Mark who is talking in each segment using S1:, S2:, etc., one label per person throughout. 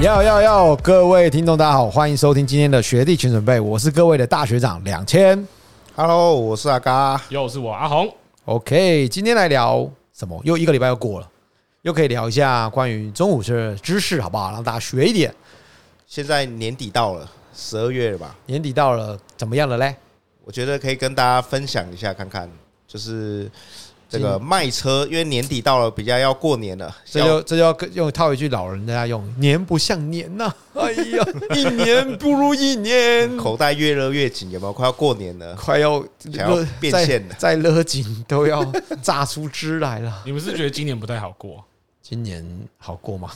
S1: 要要要！各位听众，大家好，欢迎收听今天的学弟请准备，我是各位的大学长两千。
S2: Hello，我是阿嘎。
S3: 又是我阿红，
S1: OK，今天来聊什么？又一个礼拜又过了，又可以聊一下关于中午的知识，好不好？让大家学一点。
S2: 现在年底到了，十二月了吧？
S1: 年底到了，怎么样了嘞？
S2: 我觉得可以跟大家分享一下，看看就是这个卖车，因为年底到了，比较要过年了，
S1: 这就这就要跟用套一句老人家用“年不像年” 呐。哎呀，一年不如一年
S2: 要， 口袋越勒越紧，有没有？快要过年了，
S1: 快要
S2: 想要
S1: 勒
S2: 变
S1: 再
S2: 现了
S1: 再勒紧都要榨出汁来了。
S3: 你们是觉得今年不太好过？
S1: 今年好过吗？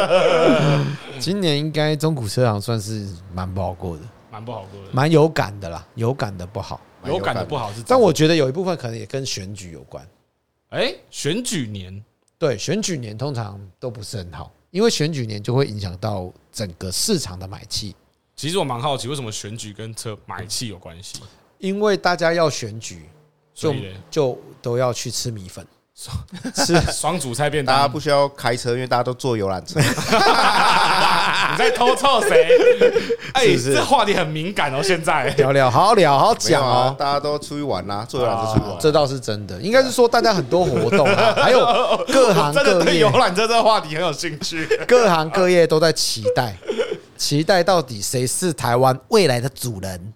S1: 今年应该中古车行算是蛮不好过的，
S3: 蛮不好过的，
S1: 蛮有感的啦，有感的不好。
S2: 蛮
S3: 有感的不好是真的。
S1: 但我觉得有一部分可能也跟选举有关。
S3: 哎，选举年
S1: 对，选举年通常都不是很好，因为选举年就会影响到整个市场的买气，
S3: 其实我蛮好奇，为什么选举跟车买气有关系？
S1: 因为大家要选举，
S3: 所
S1: 就
S3: 以嘞
S1: 就都要去吃米粉，吃
S3: 双主菜便
S2: 大
S3: 当，
S2: 家不需要开车，因为大家都坐游览车。
S3: 你在偷凑谁？ 哎，
S1: 是不是
S3: 这话题很敏感哦，现在
S1: 聊聊，好好聊，好好 讲
S2: 没有啊
S1: 哦。啊
S2: 大家都出去玩啦，坐游览车出去玩。
S1: 这倒是真的，应该是说大家很多活动啊，还有各行
S3: 真的
S1: 各
S3: 对
S1: 业
S3: 游，览车这个话题很有兴 趣。
S1: 各行各业都在期待，期待到底谁是台湾未来的主人，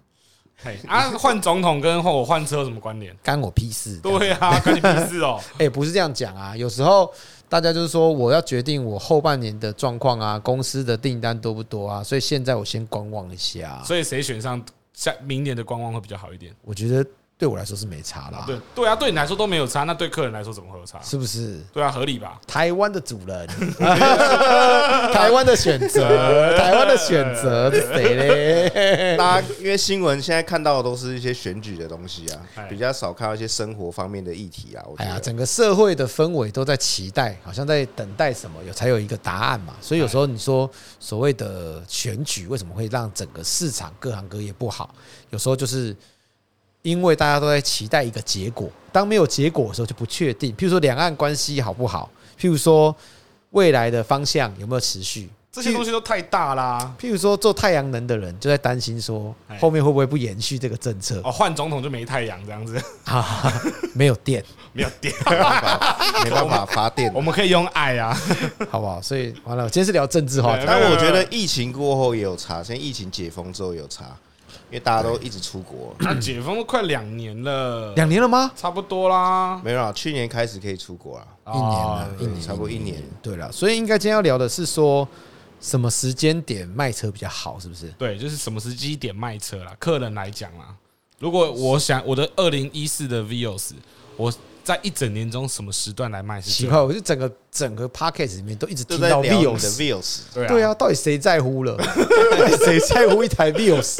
S3: 嘿啊，换总统跟换我换车有什么关联？
S1: 干我屁事。
S3: 对 啊，关你屁事哦！
S1: 哎、不是这样讲啊，有时候大家就是说我要决定我后半年的状况啊，公司的订单多不多啊，所以现在我先观望一下啊、
S3: 所以谁选上，下明年的观望会比较好一点。
S1: 我觉得对我来说是没差啦，
S3: 对对啊，对你来说都没有差，那对客人来说怎么会有差？
S1: 是不是？
S3: 对啊，合理吧？
S1: 台湾的主人，台湾的选择，台湾的选择是谁嘞？
S2: 大家因为新闻现在看到的都是一些选举的东西啊
S3: 哎，
S2: 比较少看到一些生活方面的议题啊。我觉
S1: 哎呀，
S2: 得
S1: 整个社会的氛围都在期待，好像在等待什么，有才有一个答案嘛。所以有时候你说所谓的选举为什么会让整个市场各行各业不好，有时候就是因为大家都在期待一个结果，当没有结果的时候就不确定。譬如说两岸关系好不好，譬如说未来的方向有没有持续，
S3: 这些东西都太大啦。
S1: 譬如说做太阳能的人就在担心说
S3: 哎
S1: 后面会不会不延续这个政策
S3: 哦，换总统就没太阳这样子，
S1: 啊，没有电。
S3: 没有电，
S2: 没办 法发电
S3: 我。们可以用爱 啊。
S1: 好不好？所以完了，今天是聊政治话题
S3: 对。
S2: 但我觉得疫情过后也有差，现在疫情解封之后有差，因为大家都一直出国，
S3: 那解封都快两年了，
S1: 两年了吗？
S3: 差不多啦，
S2: 没有啦，去年开始可以出国啦，
S1: 一年了
S3: 哦，
S1: 一年
S2: 差不多一年。
S1: 对了，所以应该今天要聊的是说什么时间点卖车比较好，是不是？
S3: 对，就是什么时机点卖车啦，客人来讲啦。如果我想我的二零一四的 Vios，我在一整年中什么时段来卖是
S1: 奇
S3: 最
S1: 怪，我就整个整个 p o c k e t 里面都一直
S2: 都
S1: 听
S2: 在
S1: 到
S2: 聊你的
S1: Vios，
S2: Vios。
S3: 对啊，
S1: 对啊，到底谁在乎了？到底谁在乎一台 Vios？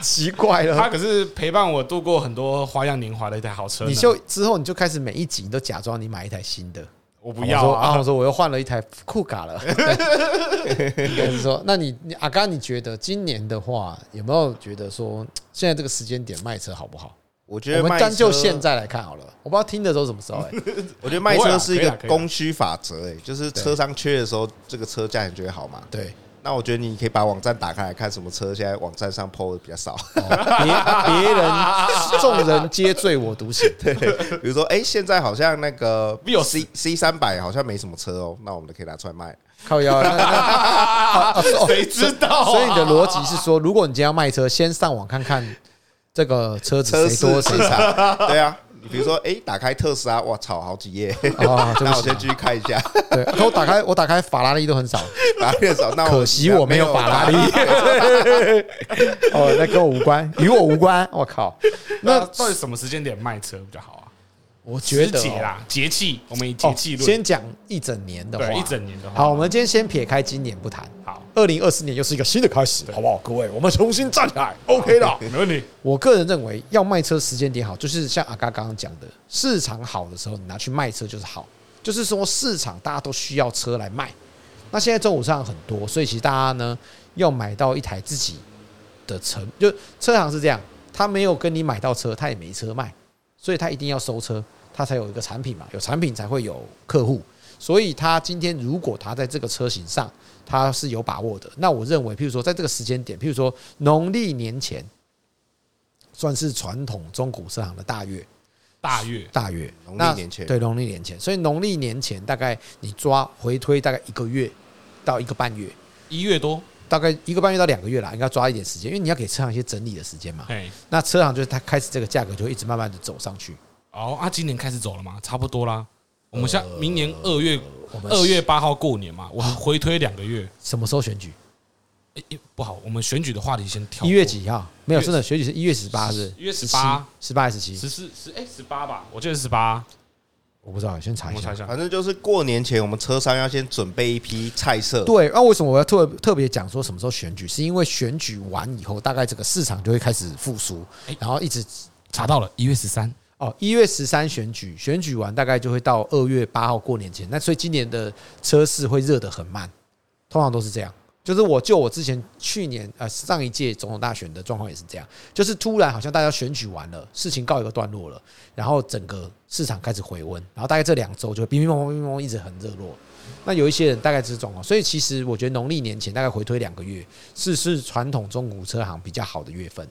S1: 奇怪了
S3: 它。可是陪伴我度过很多花样年华的一台好车呢。
S1: 你就之后你就开始每一集你都假装你买一台新的，
S3: 我不要
S1: 然后
S3: 啊，
S1: 说我又换了一台酷卡了。我是说，那你你阿刚，你觉得今年的话有没有觉得说现在这个时间点卖车好不好？
S2: 我觉得
S1: 我们
S2: 卖
S1: 单就
S2: 车
S1: 现，在来看好了，我不知道听的时候什么时 候、欸。
S2: 我觉得卖车是一
S3: 不会
S2: 个
S3: 啊啦可以啦可以啦
S2: 供需法则，哎，就是车商缺的时候，这个车价你就会好嘛。
S1: 对，
S2: 那我觉得你可以把网站打开来看，什么车现在网站
S1: 哦
S2: 上 PO 的比较少，
S1: 别别人众人皆醉我独 醒。
S2: 比如说，哎，现在好像那个
S3: Vios
S2: C C 三百好像没什么车哦，那我们就可以拿出来卖。
S1: 靠腰。那那啊是哦
S3: 谁知道啊？
S1: 所以你的逻辑是说，如果你今天要卖车，先上网看看这个车子
S2: 车
S1: 谁
S2: 市
S1: 多
S2: 市
S1: 谁
S2: 场，对啊，你比如说，哎，打开特斯拉，哇操，好几页，
S1: 少啊？对
S2: 那
S1: 不起
S2: 我先，继续看一下，
S1: 对，可我打开我打开法拉利都很少，
S2: 打开少，那
S1: 可惜我没有法拉利。 哦，那跟我无关，与我无关。我靠，
S3: 那
S1: 那
S3: 啊到底什么时间点卖车比较好啊？
S1: 我觉得
S3: 时节
S1: 哦
S3: 啦，节气，我们以节
S1: 哦
S3: 气论，
S1: 先讲一整年的话，
S3: 对一整年的话，
S1: 好，我们今天先撇开今年不谈，
S3: 好，
S1: 二零二四年又是一个新的开始，好不好？各位，我们重新站起来，OK 的。
S3: 没问题。
S1: 我个人认为，要卖车时间点好，就是像阿嘎刚刚讲的，市场好的时候，你拿去卖车就是好，就是说市场大家都需要车来卖。那现在中午上很多，所以其实大家呢要买到一台自己的车，就车行是这样，他没有跟你买到车，他也没车卖，所以他一定要收车，他才有一个产品嘛，有产品才会有客户。所以它今天如果它在这个车型上它是有把握的，那我认为，譬如说在这个时间点，譬如说农历年前，算是传统中古车行的大月，
S3: 大月
S1: 大月
S2: 农历
S1: 那
S2: 年前
S1: 对农历年前，所以农历年前大概你抓回推大概一个月到一个半月，
S3: 一月多，
S1: 大概一个半月到两个月啦，应该抓一点时间，因为你要给车行一些整理的时间嘛。
S3: 嘿，
S1: 那车行就是它开始这个价格就一直慢慢的走上去。
S3: 哦啊，今年开始走了吗？差不多啦，我们下明年二月
S1: 呃我们
S3: 二月八号过年嘛，我们回推两个月，
S1: 什么时候选举？
S3: 哎哎不好，我们选举的话题先跳过，
S1: 一月几号？没有，
S3: 一月
S1: 真的选举是一月十八日，
S3: 一月十八、
S1: 十八还是十七？
S3: 十四、十哎十八吧，我记得十八，
S1: 我不知道，先查一
S3: 我
S1: 下
S3: 查一。下，
S2: 反正就是过年前，我们车商要先准备一批菜色。
S1: 对，那、为什么我要特特别讲说什么时候选举？是因为选举完以后，大概这个市场就会开始复苏
S3: 哎，
S1: 然后一直
S3: 查到了一月十三，
S1: 哦，一月十三选举，选举完大概就会到二月八号过年前，那所以今年的车市会热得很慢，通常都是这样。就是我就我之前去年呃上一届总统大选的状况也是这样，就是突然好像大家选举完了，事情告一个段落了，然后整个市场开始回温，然后大概这两周就会乒乒乓乓乒乓乓一直很热络。那有一些人大概就是状况，所以其实我觉得农历年前大概回推两个月，是是传统中古车行比较好的月份，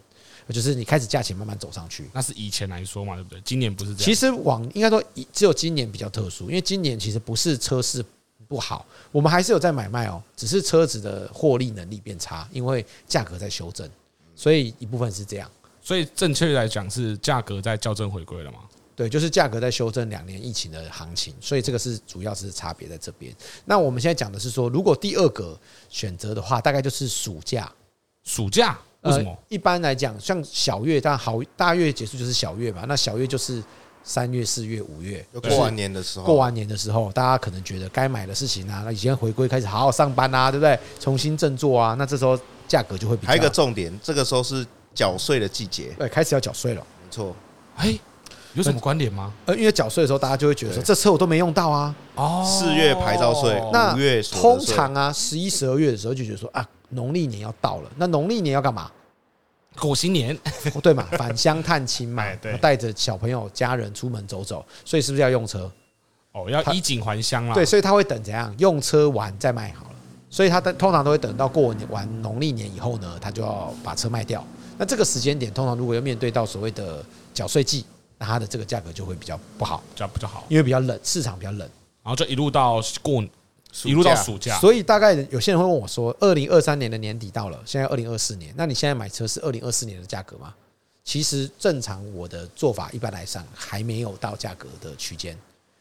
S1: 就是你开始价钱慢慢走上去。
S3: 那是以前来说嘛，对不对？今年不是这样，
S1: 其实往应该说以，只有今年比较特殊，因为今年其实不是车市不好，我们还是有在买卖哦，只是车子的获利能力变差，因为价格在修正，所以一部分是这样。
S3: 所以正确来讲是价格在校正回归了嘛？
S1: 对，就是价格在修正两年疫情的行情，所以这个是主要是差别在这边。那我们现在讲的是说，如果第二个选择的话，大概就是暑假。
S3: 暑假为什么
S1: 呃？一般来讲，像小月，但好大月结束就是小月嘛，那小月就是三月、四月、五月，
S2: 就过完年的时候，
S1: 过完年的时候，大家可能觉得该买的事情啊，那以前回归开始好好上班啊，对不对？重新振作啊，那这时候价格就会比较
S2: 还有一个重点，这个时候是缴税的季节，
S1: 对，开始要缴税了。
S2: 没错。
S3: 哎，有什么关联吗？
S1: 呃，因为缴税的时候，大家就会觉得说
S2: 对
S1: 这车我都没用到啊。
S3: 哦，
S2: 四月牌照税
S1: 那
S2: 五月所
S1: 通
S2: 得税
S1: 常啊，十一、十二月的时候就觉得说啊，农历年要到了，那农历年要干嘛？
S3: 狗新年，
S1: 哦对嘛，返乡探亲 嘛
S3: 哎对，
S1: 带着小朋友、家人出门走走，所以是不是要用车？
S3: 哦，要
S1: 他
S3: 衣锦还乡啦。
S1: 对，，所以他会等怎样用车完再卖好了，所以他等通常都会等到过年完农历年以后呢，他就要把车卖掉。那这个时间点，通常如果要面对到所谓的缴税季，那它的这个价格就会比较不好，
S3: 这样比较好。
S1: 因为比较冷，市场比较冷。
S3: 然后就一路到过
S2: 暑假
S3: 一路到暑假，
S1: 所以大概有些人会问我说，二零二三年的年底到了，现在二零二四年，那你现在买车是二零二四年的价格吗？其实正常我的做法一般来上还没有到价格的区间，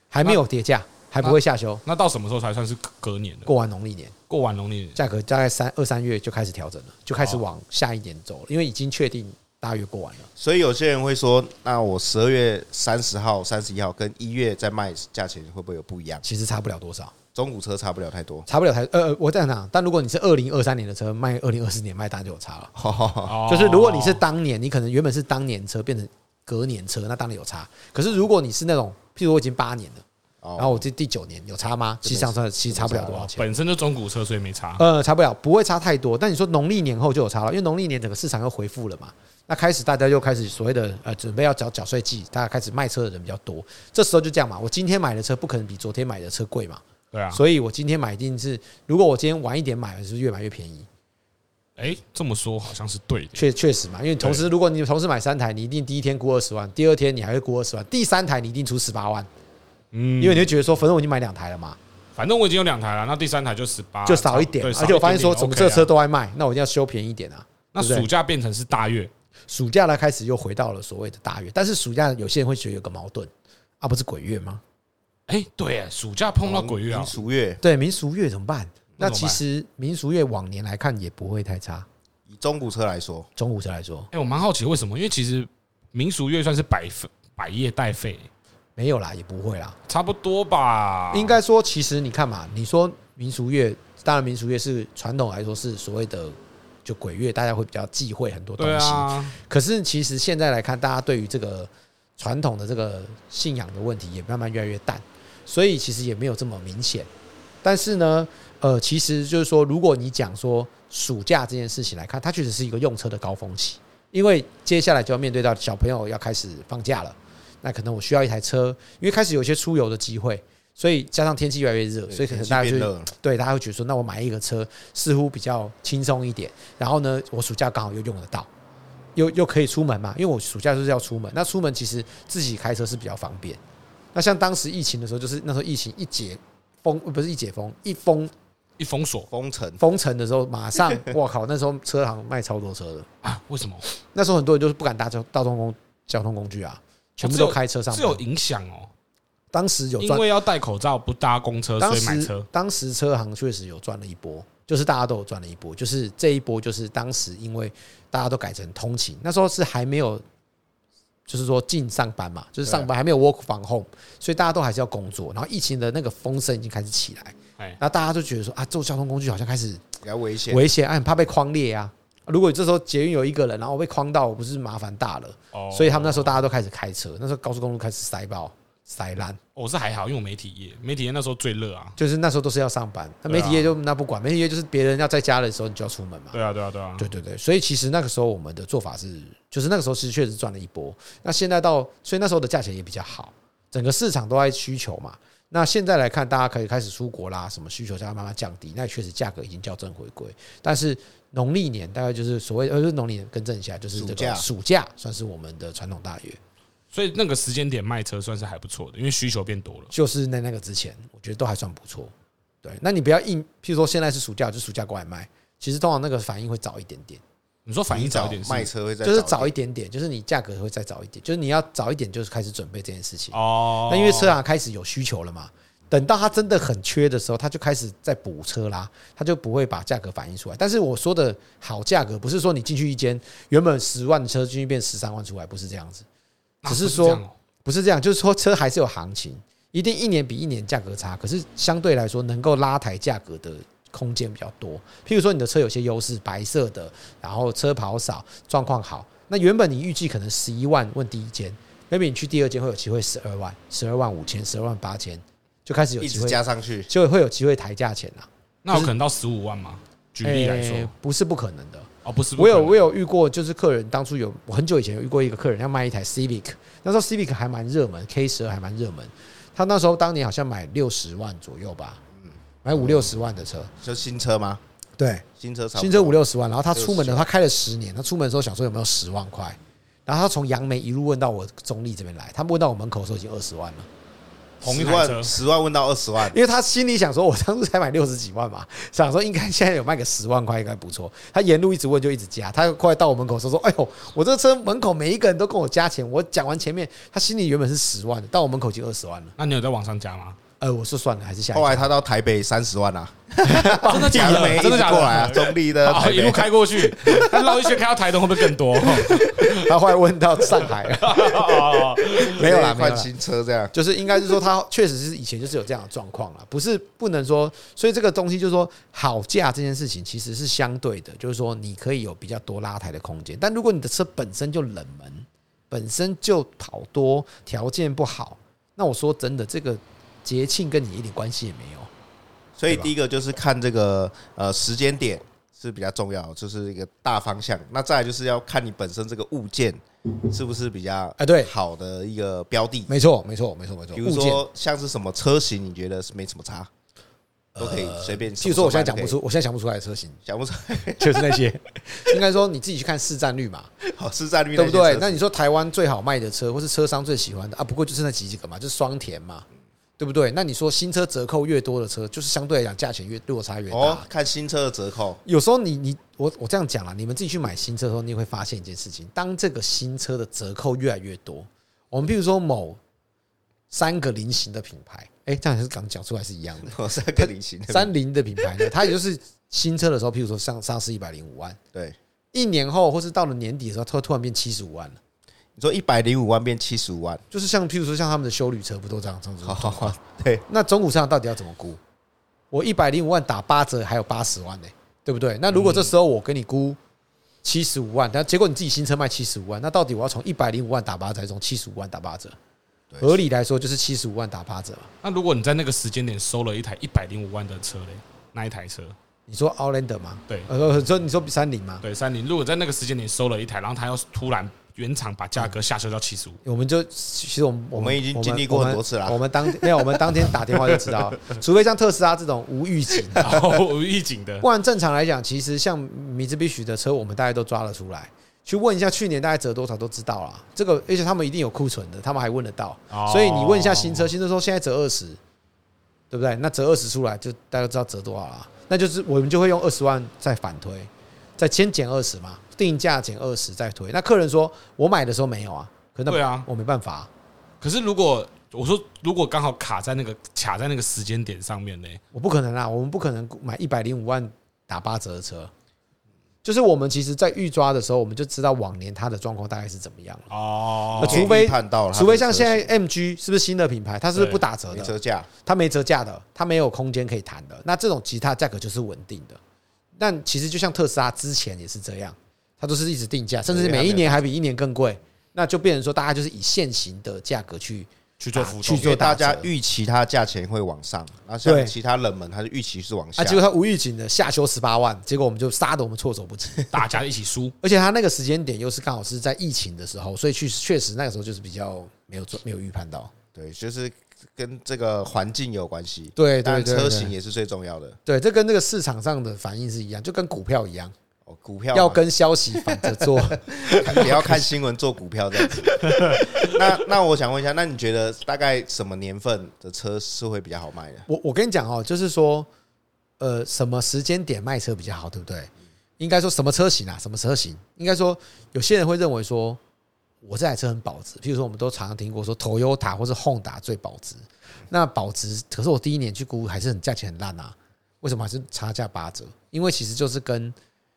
S1: 还没有跌价，还不会下修。
S3: 那到什么时候才算是隔年的？
S1: 过完农历年。
S3: 过完农历年，
S1: 价格大概三二三月就开始调整了，就开始往下一年走了，因为已经确定大约过完了。
S2: 所以有些人会说，那我十二月三十号、三十一号跟一月在卖，价钱会不会有不一样？
S1: 其实差不了多少，
S2: 中古车差不了太多。
S1: 差不了太呃，呃我这样讲，但如果你是二零二三年的车卖二零二四年卖，当然就有差了。
S3: 哦
S1: 就是如果你是当年，你可能原本是当年车变成隔年车，那当然有差。可是如果你是那种，譬如我已经八年了，
S2: 然
S1: 然后我这第九年有差吗？其实上算其实差不了多少钱。
S3: 本身就中古车，所以没差。
S1: 呃，差不了，不会差太多。但你说农历年后就有差了，因为农历年整个市场又恢复了嘛，那开始大家又开始所谓的呃准备要缴缴税季，大家开始卖车的人比较多，这时候就这样嘛，我今天买的车不可能比昨天买的车贵嘛，
S3: 对啊，
S1: 所以我今天买一定是，如果我今天晚一点买，是不是越买越便宜？
S3: 哎，这么说好像是对的。
S1: 确确实嘛，因为同时如果你同时买三台，你一定第一天估二十万，第二天你还会估二十万，第三台你一定出十八万，
S3: 嗯，
S1: 因为你会觉得说，反正我已经买两台了嘛，
S3: 反正我已经有两台了，那第三台就十八，
S1: 就少一点
S3: 啊对
S1: 嘛，
S3: 少
S1: 而且我发现说，
S3: 一点
S1: 怎
S3: 点
S1: 么这
S3: OK
S1: 车
S3: 啊
S1: 都爱卖，那我一定要修便宜一点啊。
S3: 那
S1: 对不对
S3: 暑假变成是大月，
S1: 暑假呢开始又回到了所谓的大月，但是暑假有些人会觉得有个矛盾啊，不是鬼月吗？
S3: 哎，对耶，暑假碰到鬼月
S1: 嗯
S3: 啊，
S2: 暑月
S1: 对，民俗月怎么办？
S3: 那
S1: 那
S3: 怎么办
S1: 其实民俗月往年来看也不会太差，
S2: 以中古车来说，
S1: 中午车来说
S3: 哎，我蛮好奇为什么，因为其实民俗月算是百分百业待费，
S1: 没有啦，也不会啦。
S3: 差不多吧？
S1: 应该说，其实你看嘛，你说民俗月，当然民俗月是传统来说是所谓的就鬼月，大家会比较忌讳很多东
S3: 对
S1: 西。
S3: 啊，
S1: 可是其实现在来看，大家对于这个传统的这个信仰的问题也慢慢越来越淡，所以其实也没有这么明显。但是呢，呃，其实就是说，如果你讲说暑假这件事情来看，它确实是一个用车的高峰期，因为接下来就要面对到小朋友要开始放假了，那可能我需要一台车，因为开始有一些出游的机会，所以加上天气越来越热，所以可能大家
S2: 天气变
S1: 就
S2: 热了
S1: 对大家会觉得说，那我买一个车似乎比较轻松一点。然后呢，我暑假刚好又用得到，又又可以出门嘛，因为我暑假就是要出门。那出门其实自己开车是比较方便。那像当时疫情的时候，就是那时候疫情一解封，不是一解封，一封
S3: 一封锁
S2: 封城，
S1: 封城的时候，马上我靠，那时候车行卖超多车的。
S3: 啊？为什么？
S1: 那时候很多人就是不敢搭交大众工交通工具啊，全部
S3: 只有
S1: 都开车上
S3: 是
S1: 班。
S3: 有影响哦，
S1: 当时有
S3: 因
S1: 赚，
S3: 为要戴口罩，不搭公车，
S1: 当
S3: 所以买
S1: 时
S3: 车。
S1: 当时车行确实有赚了一波，就是大家都有赚了一波，就是这一波就是当时因为大家都改成通勤，那时候是还没有。就是说进上班嘛，就是上
S3: 啊
S1: 班还没有 work from home，所以大家都还是要工作。然后疫情的那个风声已经开始起来，
S3: 哎，
S1: 那大家就觉得说啊，坐交通工具好像开始
S2: 比较危险。
S1: 危险，啊，很怕被框裂啊。如果这时候捷运有一个人，然后被框到，我不是麻烦大了？
S3: 哦
S1: 所以他们那时候大家都开始开车，那时候高速公路开始塞爆、塞烂，
S3: 我是还好，因为我媒体业，媒体业那时候最热啊。
S1: 就是那时候都是要上班。那
S3: 对
S1: 媒
S3: 啊
S1: 体业就那不管，媒体业就是别人要在家的时候你就要出门嘛。
S3: 对啊，对啊，对啊。
S1: 对对对，所以其实那个时候我们的做法是，就是那个时候其实确实赚了一波。那现在到，所以那时候的价钱也比较好，整个市场都在需求嘛。那现在来看，大家可以开始出国啦，什么需求才慢慢降低，那确实价格已经校正回归。但是农历年大概就是所谓，呃，不是农历年，更正一下，就是这
S2: 暑
S1: 个
S2: 假
S1: 暑假算是我们的传统大月，
S3: 所以那个时间点卖车算是还不错的，因为需求变多了。
S1: 就是在那个之前，我觉得都还算不错。对，那你不要硬，譬如说现在是暑假，就暑假过来卖，其实通常那个反应会早一点点。
S3: 你说反应早一点是
S2: 卖车会再
S1: 就是
S2: 早
S1: 早一点点，就是你价格会再早一点，就是你要早一点就是开始准备这件事情。
S3: 哦，
S1: 那因为车啊行开始有需求了嘛，等到它真的很缺的时候，它就开始在补车啦，它就不会把价格反映出来。但是我说的好价格，不是说你进去一间原本十万的车进去变十三万出来，不是这样子，只
S3: 啊不是
S1: 是说
S3: 这样哦
S1: 不是这样，就是说车还是有行情，一定一年比一年价格差，可是相对来说能够拉抬价格的空间比较多。譬如说你的车有些优势，白色的，然后车跑少，状况好，那原本你预计可能十一万问第一间，maybe 你去第二间会有机会十二万、十二万五千、十二万八千，就开始有
S2: 一
S1: 机
S2: 直
S1: 会，
S2: 加上去，
S1: 就会有机会抬价钱啦。
S3: 那有可能到十五万嘛？举例来
S1: 诶
S3: 说，
S1: 不是不可能的。
S3: 哦，不是，
S1: 哎我有
S3: 不可能
S1: 我有遇过，就是客人当初有我很久以前有遇过一个客人要卖一台 Civic，那时候 Civic 还蛮热门，K 十二还蛮热门。他那时候当年好像买六十万左右吧，嗯买五六十万的车，
S2: 就新车吗？
S1: 对，
S2: 新车差不多
S1: 新车五，六十万。然后他出门的，他开了十年，他出门的时候想说有没有十万块，然后他从杨梅一路问到我中立这边来，他问到我门口的时候已经二十万了。
S3: 同一
S2: 十
S3: 台车
S2: 万，十万问到二 十万，
S1: 因为他心里想说，我当初才买六十几万嘛， 想说应该现在有卖个十万块应该不错。他沿路一直问，就一直加。他快到我门口说说，哎呦，我这车门口每一个人都跟我加钱。我讲完前面，他心里原本是十万的，到我门口已经二十万了。
S3: 那你有在网上 加吗？
S1: 呃，我说算了，还是下一
S2: 后来
S1: 家。
S2: 他到台北三 十万啊，
S3: 真的假
S2: 杨梅
S3: 的？
S2: 一
S3: 真
S2: 直
S3: 的假的？
S2: 过来啊，中立的
S3: 啊，
S2: 台
S3: 一路
S2: 北，
S3: 开 过去，那绕一圈开到台东会不会更多？
S1: 他后来问到上海了，
S3: 哦
S1: 没有啦， 没有
S2: 换
S1: 啦。
S2: 新车这样。
S1: 就是应该是说，他确实是以前就是有这样的状况啦，不是不能说，所以这个东西就是说，好价这件事情其实是相对的，就是说你可以有比较多拉抬的空间，但如果你的车本身就冷门，本身就跑多，条件不好，那我说真的，这个节庆跟你一点关系也没有。
S2: 所以
S1: 对吧
S2: 第一个就是看这个呃时间点是比较重要，就是一个大方向。那再来就是要看你本身这个物件是不是比较
S1: 哎对
S2: 好的一个标的，
S1: 没错，没错，没错，没错。
S2: 比如
S1: 物件，
S2: 说像是什么车型，你觉得是没什么差，都可以随便。
S1: 呃譬如说我现在
S2: 什
S1: 讲
S2: 么
S1: 不
S2: 车
S1: 出，我现在想不出来的车型，
S2: 卖都可以，讲不出，
S1: 就是那些，应该说你自己去看市占率嘛。
S2: 好是在那边
S1: 对不对？那
S2: 那些车
S1: 你说台湾最好卖的车，或是车商最喜欢的啊，不过就是那几几个嘛，就是双田嘛，对不对？那你说新车折扣越多的车，就是相对来讲价钱越落差越大。
S2: 哦，看新车的 折扣，
S1: 有时候你你我我这样讲啦，你们自己去买新车的时候，你会发现一件事情：当这个新车的折扣越来越多，我们譬如说某三个菱形的品牌，哎，这样是刚讲出来是一样 的。
S2: 哦，三个零型的，
S1: 三菱的品牌呢，它也就是新车的时候，譬如说上上市一百零五万，
S2: 对。
S1: 一年后或是到了年底的时候，它会突然变七十五万了。
S2: 你说一百零五万变七十五万，
S1: 就是像譬如说像他们的修旅车不都这样这样子？
S2: 好好好，对，
S1: 那中古市场到底要怎么估？我一百零五万打八折还有八十万呢、对不对？那如果这时候我跟你估七十五万，但结果你自己新车卖七十五万，那到底我要从一百零五万打八折，还是从七十五万打八折？
S2: 对
S1: 合理来说就是七十五万打八折嘛。
S3: 那如果你在那个时间点收了一台一百零五万的车嘞，那一台车，
S1: 你说 Outlander 吗？
S3: 对
S1: 呃，说你说比三菱吗？
S3: 对，三菱，如果在那个时间点收了一台，然后它又突然原厂把价格下修到 七十五。
S1: 我们就其实我们
S2: 我们已经经历过很多次啦
S1: 我们我们当没有，我们当天打电话就知道， 除非像特斯拉这种无预警，
S3: 然后预警的
S1: 不然正常来讲，其实像米兹必须的车，我们大概都抓了出来。去问一下去年大概折多少都知道啦。这个而且他们一定有库存的，他们还问得到。
S3: 哦
S1: 所以你问一下新车，新车说现在折二十，对不对？那折二十出来，就大家都知道折多少了。那就是我们就会用二十万再反推，再先减二十嘛，定价减二十再推。那客人说我买的时候没有啊，可那
S3: 对啊
S1: 我没办法啊、
S3: 可是如果我说如果刚好卡在那个卡在那个时间点上面呢？
S1: 我不可能啊啦，我们不可能买一百零五万打八折的车。就是我们其实，在预抓的时候，我们就知道往年它的状况大概是怎么样了。
S3: 哦
S1: 那除非
S2: 看到了，
S1: 除非像现在 MG 是不是新的品牌，它是不是
S3: 对
S1: 不打折
S2: 没
S1: 的？
S2: 车价，
S1: 它没折价的，它没有空间可以谈的。那这种吉他价格就是稳定的。但其实就像特斯拉之前也是这样，它都是一直定价，甚至每一年还比一年更贵。那就变成说，大家就是以现行的价格去
S3: 去做
S1: 打
S3: 浮
S1: 去
S3: 动
S2: 因为
S1: 做
S2: 啊大
S1: 打折
S2: 家预期它价钱会往上，那
S1: 对
S2: 像其他冷门，它的预期是往下
S1: 啊，结。果它无预警的下修十八万，结果我们就杀的我们措手不及。
S3: 大家一起输，
S1: 而且他那个时间点又是刚好是在疫情的时候，所以去确实那个时候就是比较没有做没有预判到。
S2: 对，就是跟这个环境有关系，
S1: 对对
S2: 当然
S1: 对，
S2: 车
S1: 对
S2: 型也是最重要的。
S1: 对，这跟那个市场上的反应是一样，就跟股票一样，
S2: 哦，股票嘛
S1: 要跟消息反着做。
S2: 也要看新闻做股票这样 子。那那我想问一下，那你觉得大概什么年份的车是会比较好卖的？
S1: 我我跟你讲哦，就是说，呃，什么时间点卖车比较好，对不对？应该说什么车型啊，什么车型？应该说有些人会认为说，我这台车很保值。譬如说，我们都常常听过说，Toyota 或是 Honda 最保值。那保值，可是我第一年去估还是很价钱很烂啊。为什么还是差价八折？因为其实就是跟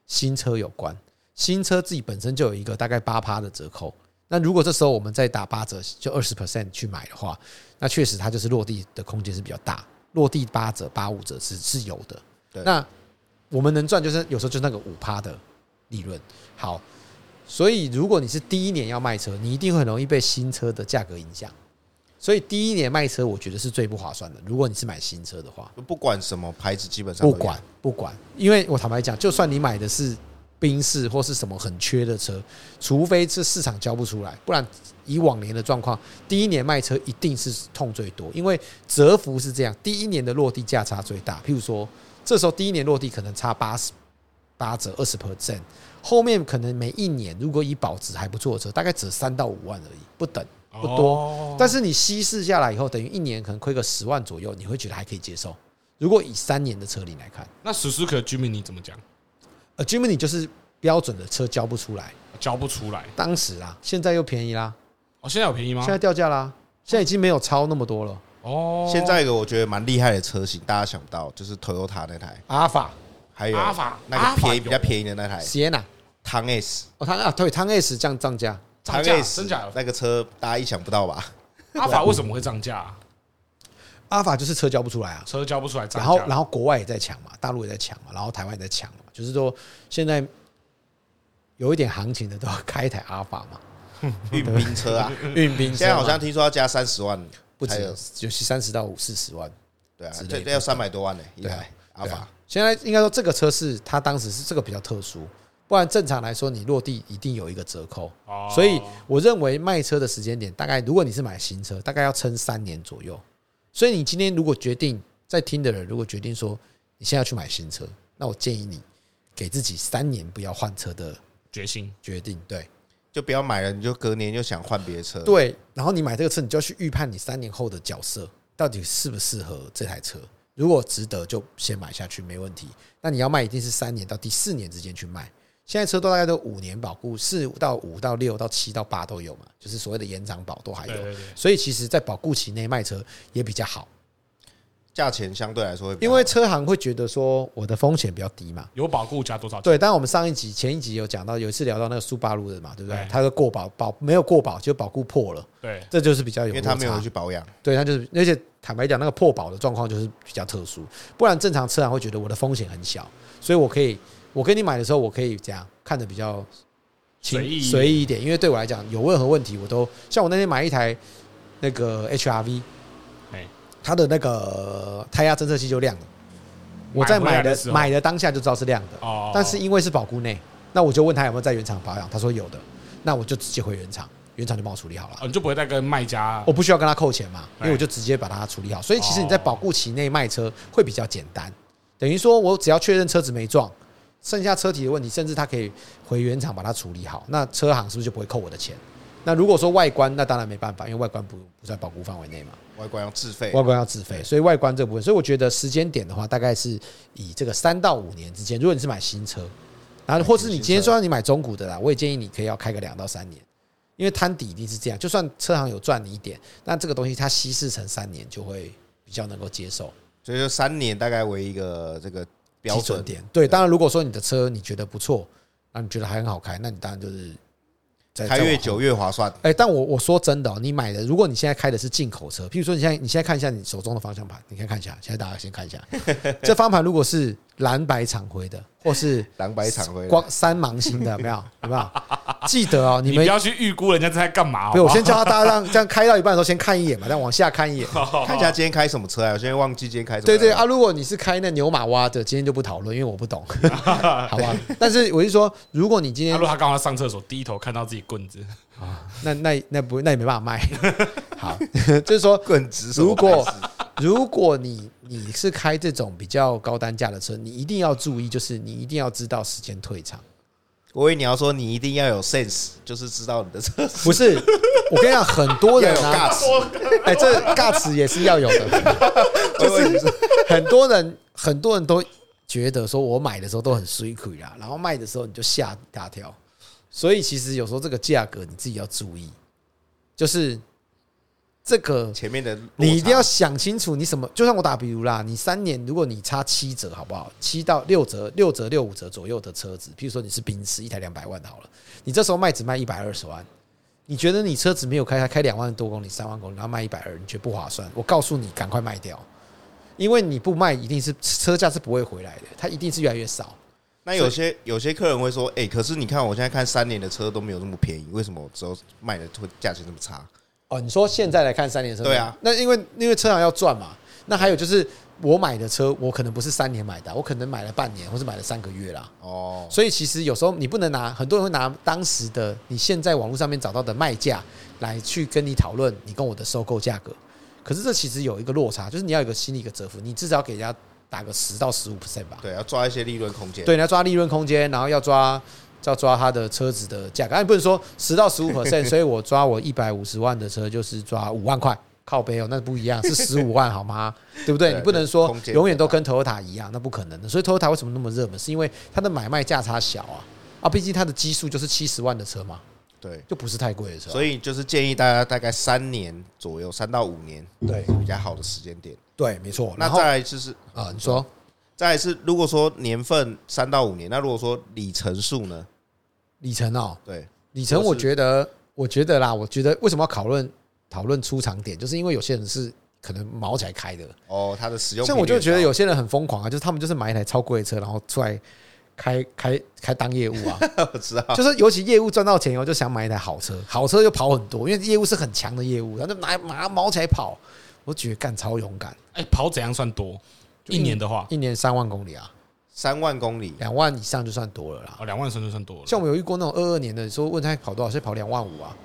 S1: 新车有关，新车自己本身就有一个大概八趴的折扣。那如果这时候我们再打八折，就二十 percent 去买的话，那确实它就是落地的空间是比较大，落地八折、八五折是是有的。
S2: 对
S1: 那我们能赚就是有时候就那个五趴的利润。好，所以如果你是第一年要卖车，你一定会很容易被新车的价格影响。所以第一年卖车，我觉得是最不划算的。如果你是买新车的话，
S2: 不管什么牌子，基本上
S1: 不
S2: 都一样
S1: 管不管，因为我坦白讲，就算你买的是宾士或是什么很缺的车，除非是市场交不出来，不然以往年的状况，第一年卖车一定是痛最多，因为折幅是这样，第一年的落地价差最大。譬如说，这时候第一年落地可能差八十八折二十 percent，后面可能每一年如果以保值还不错的车，大概只三到五万而已，不等。 不多
S3: 哦
S1: 但是你稀释下来以后，等于一年可能亏个十万左右，你会觉得还可以接受。如果以三年的车龄来看，
S3: 那 Suzuki Jimmy 你怎么讲？
S1: 呃，Jimny 就是标准的车交不出来，
S3: 交不出来。
S1: 当时啦，现在又便宜啦，
S3: 哦，现在有便宜吗
S2: 啊
S1: 现？在掉价啦，现在已经没有超那么多了。
S3: 哦，
S2: 现在有一个我觉得蛮厉害的车型，大家想不到就是 Toyota 那台，
S1: 阿尔法、
S2: 还有
S3: Alpha，
S2: 那个
S3: Alpha
S2: 便宜
S3: 有
S2: 比较便宜的那台
S1: Sienna，
S2: 唐 S，
S1: 哦，汤啊，对，汤 S 降涨价，
S2: 唐
S3: 涨价，
S2: S
S3: 真假的？
S2: 那个车大家意想不到 吧？
S3: 阿法为什么会涨价啊？
S1: 阿尔法就是车交不出来啊。
S3: 车交不出来涨
S1: 然
S3: 价，
S1: 后，然后国外也在抢嘛，大陆也在抢嘛，然后台湾也在抢嘛，就是说现在有一点行情的都要开一台阿尔法嘛，
S2: 运兵 车啊，
S1: 运兵车
S2: 现在好
S1: 嘛
S2: 像听说要加三十万，
S1: 不
S2: 才
S1: 止
S2: 有，
S1: 有三十到五四十万。
S2: 对啊，
S1: 之类
S2: 这
S1: 的
S2: 这要三百多万呢，一
S1: 对啊
S2: 台阿
S1: 对啊
S2: 法。
S1: 现在应该说这个车是它当时是这个比较特殊，不然正常来说你落地一定有一个折扣。
S3: 哦
S1: 所以我认为卖车的时间点，大概如果你是买新车，大概要撑三年左右。所以你今天如果决定在听的人，如果决定说你现在要去买新车，那我建议你给自己三年不要换车的
S3: 决心
S1: 决定。对
S2: 就不要买了，你就隔年就想换别的车。，
S1: 对，啊然后你买这个车，你就要去预判你三年后的角色到底适不适合这台车。如果值得，就先买下去，没问题。那你要卖，一定是三年到第四年之间去卖。现在车都大概都五年保固，四到五到六到七到八都有嘛，就是所谓的延长保都还有
S3: 对对对。
S1: 所以其实，在保固期内卖车也比较好，
S2: 价钱相对来说会比较
S1: 因为车行会觉得说我的风险比较低嘛。
S3: 有保固加多少钱？
S1: 对，当然我们上一集前一集有讲到，有一次聊到那个苏巴路的嘛，对不对
S3: 对？
S1: 他的过保保没有过保，就保固破了，
S3: 对，
S1: 这就是比较有
S2: 因为他
S1: 落
S2: 没有
S1: 差
S2: 回去保养，
S1: 对，他就是，而且坦白讲，那个破保的状况就是比较特殊，不然正常车行会觉得我的风险很小，所以我可以，我跟你买的时候，我可以这样看得比较轻
S3: 随意
S1: 随意一点，因为对我来讲，有任何问题我都像我那天买一台那个 HRV，
S3: 哎
S1: 它的那个胎压侦测器就亮了，我在
S3: 买
S1: 买
S3: 回来的
S1: 的
S3: 时候
S1: 买的当下就知道是亮的，
S3: 哦，
S1: 但是因为是保固内，那我就问他有没有在原厂保养，他说有的。那我就直接回原厂，原厂就帮我处理好了。
S3: 哦你就不会再跟卖家
S1: 我不需要跟他扣钱嘛，因为
S3: 哎
S1: 我就直接把它处理好。所以其实你在
S3: 哦
S1: 保固期内卖车会比较简单，等于说我只要确认车子没撞，剩下车体的问题，甚至他可以回原厂把它处理好，那车行是不是就不会扣我的钱？那如果说外观，那当然没办法，因为外观不不在保固范围内嘛，
S2: 外观要自费，
S1: 外观要自费，所以外观这部分，所以我觉得时间点的话，大概是以这个三到五年之间。如果你是买新车，然后或是你今天说让你买中古的啦，我也建议你可以要开个两到三年，因为摊底一定是这样。就算车行有赚你一点，那这个东西它稀释成三年就会比较能够接受
S2: 所以就三年大概为一个这个标
S1: 基
S2: 准
S1: 准。点。对，当然如果说你的车你觉得不错，那你觉得还很好开，那你当然就是再
S2: 开越。
S1: 再往后
S2: 久越划算，
S1: 哎、但我我说真的、哦，你买的，如果你现在开的是进口车，譬如说你现在你现在看一下你手中的方向盘，你先看一下，现在大家先看一 下，这方向盘如果是蓝白厂徽的，或是
S2: 两百场回来
S1: 光三芒星的，有没有？有没有？记得哦，
S3: 你
S1: 你
S3: 不
S1: 们。
S3: 要去预估人家在干嘛好
S1: 对，
S3: 不
S1: 我
S3: 好。
S1: 先叫他大家让这样开到一半的时候先看一眼嘛，再往下看一眼。
S2: 看一下今天开什么车啊？我现在忘记今天开什么。
S1: 哦对对，啊，如果你是开那牛马蛙的，今天就不讨论，因为我不 懂，好吧？但是我是说，如果你今天
S3: 他啊如果他刚好上厕所，低头看到自己棍子，
S1: 那那那不那也没办法卖， 好，就是说
S2: 更直 手。
S1: 如果如果你你是开这种比较高单价的车，你一定要注意，就是你一定要知道时间退场。
S2: 我以为你要说你一定要有 sense，就是知道你的车
S1: 不是，我跟你讲，很多
S2: 要
S1: 人
S2: 有
S1: 啊，
S2: guts，
S1: 哎，这尬词也是要有 的。
S2: 我以为你说
S1: 很多人，很多人都觉得说我买的时候都很水亏啦，然后卖的时候你就吓一大跳。所以其实有时候这个价格你自己要注意，就是这个
S2: 前面的落差
S1: 你一定要想清楚，你什么？就像我打比如啦，你三年如果你差七折，好不好？七到六折，六折六五折左右的车子，譬如说你是宾士，一台两百万好了，你这时候卖只卖一百二十万，你觉得你车子没有开，它开两万多公里、三万公里，然后卖一百二，你觉得不划算？我告诉你，赶快卖掉，因为你不卖，一定是车价是不会回来的，它一定是越来越少。
S2: 那有些有些客人会说，哎、可是你看我现在看三年的车都没有那么便宜，为什么我之后卖的会价钱这么差？
S1: 哦，你说现在来看三年车，
S2: 对啊，
S1: 那因为因为车行要赚嘛，那还有就是我买的车，我可能不是三年买的，我可能买了半年，或是买了三个月啦。
S2: 哦，
S1: 所以其实有时候你不能拿，很多人会拿当时的你现在网络上面找到的卖价来去跟你讨论你跟我的收购价格，可是这其实有一个落差，就是你要有一个心理一个折服，你至少给人家打个十到十五 percent 吧。
S2: 对，要抓一些利润空间。，
S1: 对，你要抓利润空间，然后要抓要抓他的车子的价格，啊，你不能说十到 十五 percent，所以我抓我一百五十万的车就是抓五万块。靠背哦，那不一样，是十五万好吗？对不对？
S2: 对
S1: 你不能说
S2: 空间
S1: 永远都跟 Toyota 一样，那不可能的。所以 Toyota 为什么那么热门？是因为它的买卖价差小啊啊，毕竟它的基数就是七十万的车嘛，
S2: 对，
S1: 就不是太贵的车啊。
S2: 所以就是建议大家大概三年左右，三到五年
S1: 对
S2: 是比较好的时间点。
S1: 对，没错。
S2: 那
S1: 然后
S2: 再来就是，
S1: 啊，你说
S2: 再来是如果说年份三到五年，那如果说里程数呢？
S1: 里程哦，
S2: 对，
S1: 里程，
S2: 或
S1: 我
S2: 是
S1: 觉得，我觉得啦，我觉得为什么要讨论讨论出厂点，就是因为有些人是可能毛起来开的，
S2: 哦，它的使用频
S1: 像
S2: 率
S1: 我就觉得
S2: 很
S1: 有些人很疯狂啊，就是他们就是买一台超贵的车，然后出来开开开当业务啊，
S2: 高， 我知道，
S1: 就是尤其业务赚到钱以后，就想买一台好车，好车又跑很多，因为业务是很强的业务，然后就拿马上毛起来跑，我觉得干超勇敢，
S3: 哎，跑怎样算多？
S1: 就
S3: 一年的话，
S1: 一年三万公里啊，
S2: 三万公里，
S1: 两万以上就算多了啦。
S3: 哦，两万升就算多了。
S1: 像我们有遇过那种二二年的，说问他跑多少，是跑两万五啊，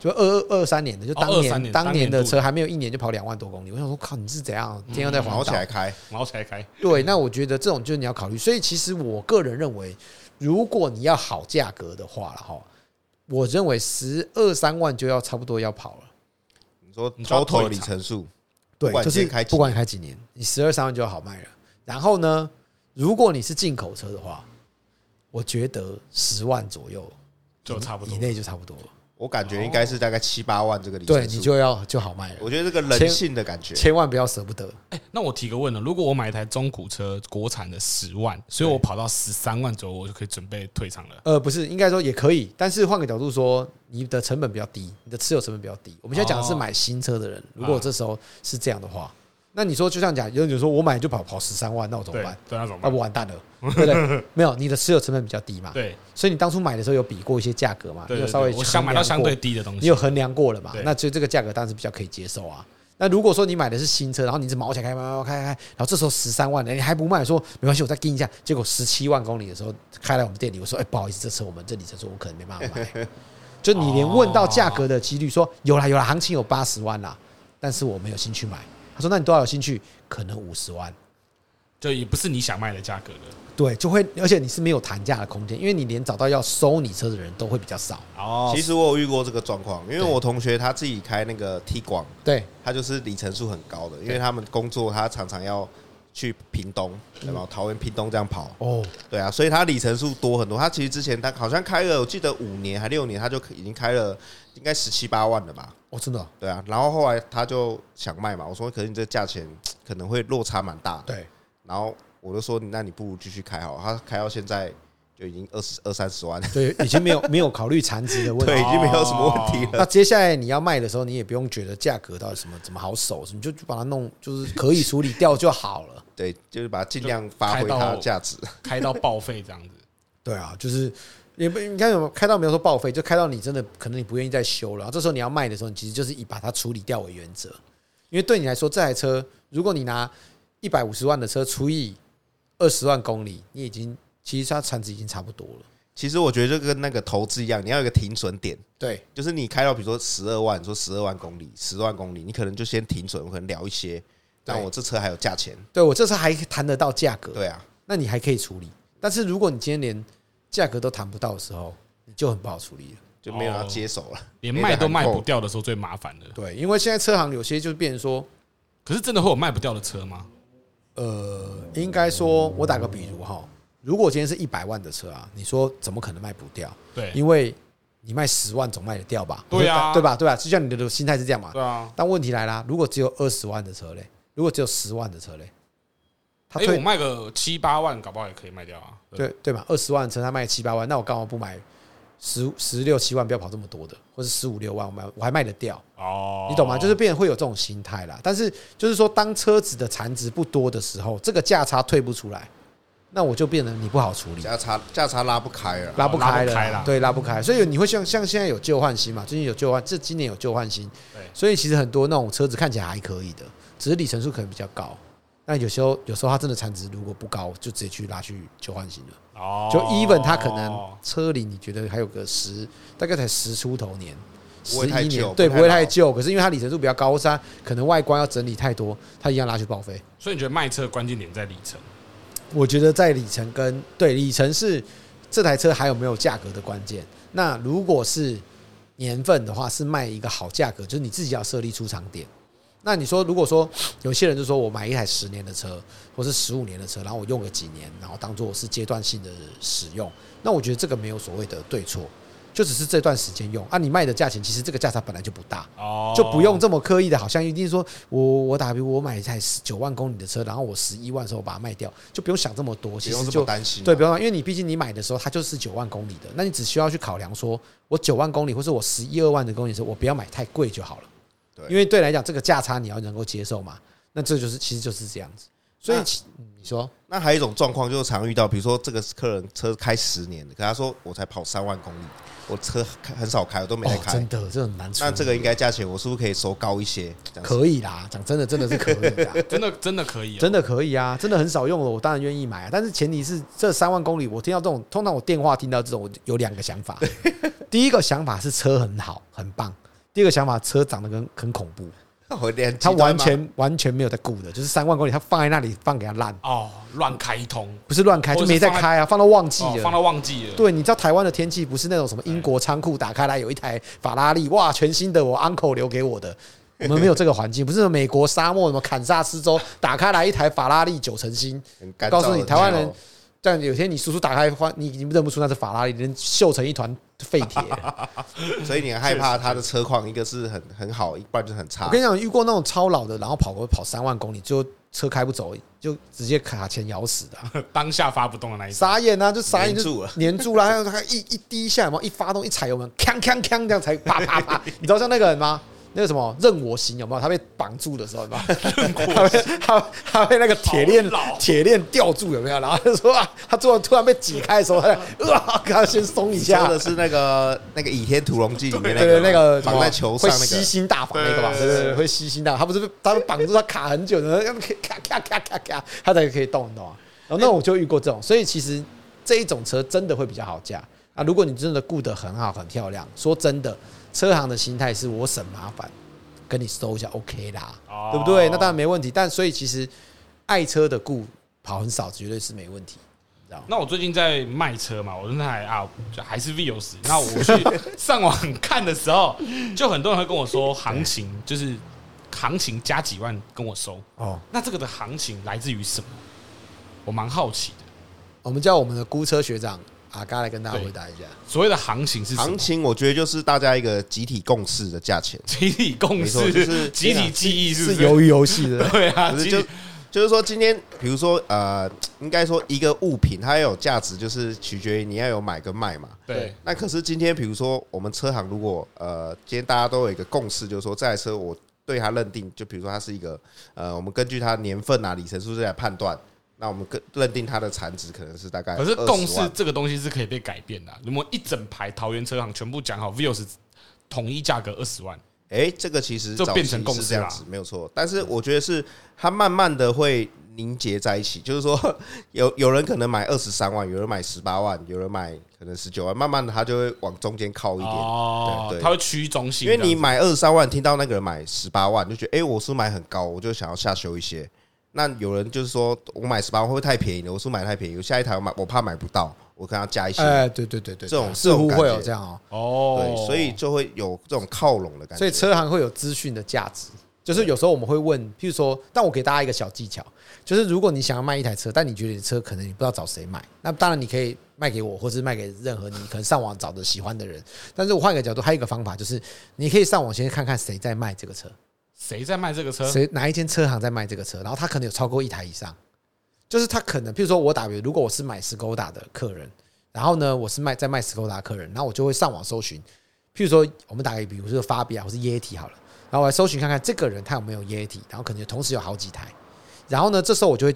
S1: 就二二二三年的，就当
S3: 哦
S1: 年,、
S3: 23年
S1: 当年
S3: 当年
S1: 的
S3: 度嗯
S1: 车还没有一年就跑两万多公里，我想说靠，你是怎样天要在环
S2: 毛起
S1: 岛？
S2: 来开，
S3: 毛起来开，
S1: 对，那我觉得这种就是你要考虑。所以其实我个人认为，如果你要好价格的话了哈，我认为十二三万就要差不多要跑了。
S2: 你说
S3: 你知道
S2: total
S3: 退
S2: 里
S3: 场
S2: 程数，
S1: 对
S2: 不，管
S1: 就是
S2: 今天开几
S1: 不管你开几年，你十二三万就要好卖了。然后呢，如果你是进口车的话，我觉得十万左右
S3: 就差不多
S1: 以内就差不多了。
S2: 我感觉应该是大概七八万这个里程
S1: 对
S2: 数。
S1: 你就要就好卖了，
S2: 我觉得这个人性的感觉，
S1: 千万不要舍不得。
S3: 哎，那我提个问呢，如果我买一台中古车，国产的十万，所以我跑到十三万左右，我就可以准备退场了。
S1: 呃，不是，应该说也可以，但是换个角度说，你的成本比较低，你的持有成本比较低。我们现在讲的是
S3: 哦
S1: 买新车的人，如果这时候是这样的话，那你说就像讲，有人说我买就跑跑十三万，那我怎么
S3: 对
S1: 办？，
S3: 对，那怎么
S1: 那
S3: 办
S1: 我？完蛋了，对不对？ 没有，你的持有成本比较低嘛，
S3: 对
S1: 所以你当初买的时候有比过一些价格嘛，
S3: 对
S1: 你有
S3: 对
S1: 啊稍微
S3: 对，我想买到
S1: 衡量
S3: 相
S1: 过
S3: 对低的东
S1: 你
S3: 西
S1: 有。衡量过了嘛
S3: 对？
S1: 那就这个价格当然是比较可以接受啊。那如果说你买的是新车，然后你是毛起来开，慢慢开开，开然后这时候十三万了，你还不卖，说没关系，我再盯一下。结果十七万公里的时候开来我们店里，我说哎、不好意思，这车我们这里程数我可能没办法买。就你连问到价格的几率，说有啦有啦，行情有八十万啦，但是我没有兴趣买。他说那你多少有兴趣？可能五十万。
S3: 就也不是你想卖的价格的
S1: 对，就会，而且你是没有谈价的空间，因为你连找到要收你车的人都会比较少。
S3: 哦
S2: 其实我有遇过这个状况，因为
S1: 对
S2: 我同学他自己开那个 T 广，
S1: 对，
S2: 他就是里程数很高的，因为他们工作他常常要去屏东，然后桃园屏东这样跑，
S1: 哦，
S2: 对啊，所以他里程数多很多。他其实之前他好像开了，我记得五年还六年，他就已经开了应该十七八万了吧？
S1: 哦，真的哦，
S2: 对啊，然后后来他就想卖嘛，我说可是你这价钱可能会落差蛮大的，
S1: 对，
S2: 然后我就说那你不如继续开好了，他开到现在就已经二十二三十万，
S1: 对，已经没有没有考虑残值的问
S2: 对，
S1: 题。
S2: 已经没有什么问题了。
S1: 那接下来你要卖的时候，你也不用觉得价格到底什么怎么好手，你就把它弄就是可以处理掉就好了。
S2: 对，就是把它尽量发挥它的价值。
S3: 开到报废这样子。
S1: 对啊，就是也不你看有没有开到没有说报废，就开到你真的可能你不愿意再修了，然后这时候你要卖的时候，你其实就是以把它处理掉为原则，因为对你来说这台车，如果你拿一百五十万的车除以二十万公里，你已经其实它产值已经差不多了。
S2: 其实我觉得就跟那个投资一样，你要有一个停损点，
S1: 对
S2: 就是你开到比如说十二万，你说十二万公里，十万公里，你可能就先停损，我可能聊一些，
S1: 对
S2: 但我这车还有价钱。
S1: 对，我这次还谈得到价格，
S2: 对啊，
S1: 那你还可以处理。但是如果你今天连价格都谈不到的时候，你就很不好处理了。
S2: 就没有人要接手了，
S3: 连
S2: 没得
S3: 卖都卖
S2: 喊
S3: 不
S2: 扣。
S3: 掉的时候最麻烦的。
S1: 对，因为现在车行有些就变成说，
S3: 可是真的会有卖不掉的车吗？
S1: 呃，应该说，我打个比如哈，如果今天是一百万的车啊，你说怎么可能卖不掉？
S3: 对，
S1: 因为你卖十万总卖得掉吧？
S3: 对啊
S1: 对吧？对吧？就像你的心态是这样嘛。
S3: 对啊。
S1: 但问题来啦，如果只有二十万的车嘞，如果只有十万的车嘞，他
S3: 哎，我
S1: 推
S3: 卖个七八万，搞不好也可以卖掉啊。对
S1: 对对嘛？二十万的车他卖七八万，那我干嘛不买十十六七万？不要跑这么多的，或是十五六万，我买我还卖得掉。
S3: 哦，
S1: 你懂吗？就是变成会有这种心态啦。但是就是说，当车子的残值不多的时候，这个价差退不出来，那我就变得你不好处理，
S2: 价差价差拉不开了，
S1: 拉不开
S3: 哦拉不
S1: 了
S3: 开嗯
S1: 啦
S3: 啦，
S1: 对，拉不开。所以你会像像现在有旧换新嘛？最近有旧换，这今年有旧换新
S3: 对，
S1: 所以其实很多那种车子看起来还可以的，只是里程数可能比较高。那有时候有时候它真的残值如果不高，就直接去拉去旧换新了。
S3: 哦，
S1: 就 even 它可能车里你觉得还有个十，大概才十出头年，
S2: 不
S1: 十
S2: 会太
S1: 一
S2: 旧
S1: 年，
S2: 不
S1: 对，
S2: 太
S1: 不会太
S2: 老
S1: 旧。可是因为它里程数比较高，是它可能外观要整理太多，它一样拉去报废。
S3: 所以你觉得卖车的关键点在里程？
S1: 我觉得在里程跟对里程是这台车还有没有价格的关键。那如果是年份的话，是卖一个好价格，就是你自己要设立出厂点。那你说，如果说有些人就说我买一台十年的车，或是十五年的车，然后我用个几年，然后当做是阶段性的使用，那我觉得这个没有所谓的对错，就只是这段时间用啊。你卖的价钱其实这个价差本来就不大，
S3: 哦，
S1: 就不用这么刻意的，好像一定说我我打比我买一台十九万公里的车，然后我十一万的时候把它卖掉，就不用想这么多，
S2: 不
S1: 其
S2: 用
S1: 实
S2: 这
S1: 就。
S2: 么担心啊。
S1: 对，不用，因为你毕竟你买的时候它就是九万公里的，那你只需要去考量说，我九万公里或者我十一二万的公里的时候，我不要买太贵就好了。
S2: 对
S1: 因为对来讲这个价差你要能够接受嘛，那这就是其实就是这样子。所以
S2: 那
S1: 其嗯你说
S2: 那还有一种状况就是常遇到，比如说这个客人车开十年的，可他说我才跑三万公里，我车开很少开，我都没在
S1: 哦，
S2: 开。
S1: 真的这很难处理。
S2: 那这个应该价钱我是不是可以收高一些？这样子
S1: 可以啦，讲真的真的是可以的。
S3: 真的真的可以啊，
S1: 真的可以啊，真的很少用了，我当然愿意买啊。但是前提是这三万公里，我听到这种，通常我电话听到这种，我有两个 想法。第一个想法是车很好，很棒；第二个想法，车长得跟很恐怖，
S2: 我连
S1: 它完全完全没有在顾的，就是三万公里，它放在那里放给它烂，
S3: 哦，乱开一通，
S1: 不是乱开
S3: 或
S1: 就
S3: 者是
S1: 没在开啊，放到忘记
S3: 哦
S1: 了。
S3: 放到忘记了，
S1: 对，你知道台湾的天气不是那种什么英国仓库打开来有一台法拉利，哇，全新的，我 uncle 留给我的。我们没有这个环境，不是美国沙漠什么堪萨斯州打开来一台法拉利九成新，
S2: 很干燥
S1: 告诉你
S2: 的
S1: 台湾人
S2: 时候
S1: 但有天你叔叔打开花，你已经认不出那是法拉利，人锈成一团废铁。
S2: 所以你很害怕他的车况，一个是很很好，一半就是很
S1: 我
S2: 差
S1: 跟。你讲，遇过那种超老的，然后跑过跑三万公里，最后车开不走，就直接卡钳咬死的啊、
S3: 当下发不动的那一种，
S1: 傻眼啊，就傻眼
S2: 黏
S1: 就
S2: 住了
S1: 黏住了，还有他一一滴下，有没有一发动一踩油门，锵锵锵这样才啪啪啪。你知道像那个人吗？那个什么任我行有没有？他被绑住的时候有没有？他被他他被那个铁链
S3: 好老
S1: 铁链吊住有没有？然后他就说啊，他突然突然被解开的时候，他就啊，他先松一
S2: 你说
S1: 下
S2: 的。是那个那个《倚天屠龙记》里面
S1: 对对，那
S2: 那
S1: 个
S2: 个
S1: 什
S2: 绑
S1: 么
S2: 在球上
S1: 会
S2: 那
S1: 吸
S2: 个，
S1: 星大法那个吧，
S3: 对
S1: 对
S3: 对
S1: 对
S3: 对
S1: 对，会吸星大法，他不是被他被绑住，他卡很久的，然后咔咔咔咔咔，他才可以动，你懂吗？然后那我就遇过这种，所以其实这一种车真的会比较好驾，啊，如果你真的顾得很好、很漂亮，说真的，车行的心态是我省麻烦，跟你收一下 OK 啦，对不对？那当然没问题。但所以其实爱车的顾跑很少，绝对是没问题，你知道吗？
S3: 那我最近在卖车嘛，我那台啊就还是 V 有十。那我去 上网看的时候，就很多人会跟我说行情，就是行情加几万跟我收。
S1: 哦，
S3: 那这个的行情来自于什么？我蛮好奇的。
S1: 我们叫我们的估车学长阿嘎来跟大家回答一下。
S3: 所谓的行情是什
S2: 行
S3: 么？
S2: 情我觉得就是大家一个集体共识的价钱，
S3: 集体共
S2: 没错就
S3: 识、
S2: 是
S3: 集体记忆，是不
S1: 是
S3: 是？
S1: 鱿鱼游戏的，
S3: 对啊，
S2: 可
S3: 集
S2: 是就
S3: 体
S2: 就是说今天，比如说呃，应该说一个物品它要有价值，就是取决于你要有买跟卖嘛。
S3: 对
S2: 那可是今天，比如说我们车行，如果呃，今天大家都有一个共识，就是说这台车我对它认定，就比如说它是一个呃，我们根据它年份啊、里程数这来判断，那我们跟认定它的产值可能是大概20
S3: 可
S2: 万。
S3: 是共识这个东西是可以被改变的啊、如果一整排桃园车行全部讲好 v i o s 统一价格二十万，
S2: 哎、这个其实
S3: 就
S2: 早
S3: 变
S2: 期
S3: 成共
S2: 是
S3: 识
S2: 这样
S3: 啦
S2: 子，没有错。但是我觉得是它慢慢的会凝结在一起，就是说 有有人可能买二十三万，有人买十八万，有人买可能十九万，慢慢的它就会往中间靠一点。
S3: 哦
S2: 对，对
S3: 它会趋于中性
S2: 因为
S3: 这样子，
S2: 你买二十三万，听到那个人买十八万，就觉得哎、诶我是不是买很高，我就想要下修一些。那有人就是说我买十八万会不会太便宜了？我是不是买太便宜，我下一台我买我怕买不到，我可能要加一些。
S1: 哎，对对对对，
S2: 这种
S1: 似乎
S2: 这种感觉
S1: 会有这样哦、
S3: 哦
S2: 对，，所以就会有这种靠拢的感觉。
S1: 所以车行会有资讯的价值。就是有时候我们会问，譬如说，但我给大家一个小技巧，就是如果你想要卖一台车，但你觉得你的车可能你不知道找谁买，那当然你可以卖给我，或是卖给任何你可能上网找的喜欢的人。但是我换一个角度，还有一个方法就是，你可以上网先看看谁在卖这个车，
S3: 谁在卖这个车？
S1: 谁哪一间车行在卖这个车，然后他可能有超过一台以上，就是他可能，譬如说我打比，如果我是买斯柯达的客人，然后呢，我是卖在卖斯柯达的客人，然后我就会上网搜寻，譬如说我们打个比，如说发比亚或是耶体好了，然后我来搜寻看看这个人他有没有耶体，然后可能同时有好几台，然后呢，这时候我就会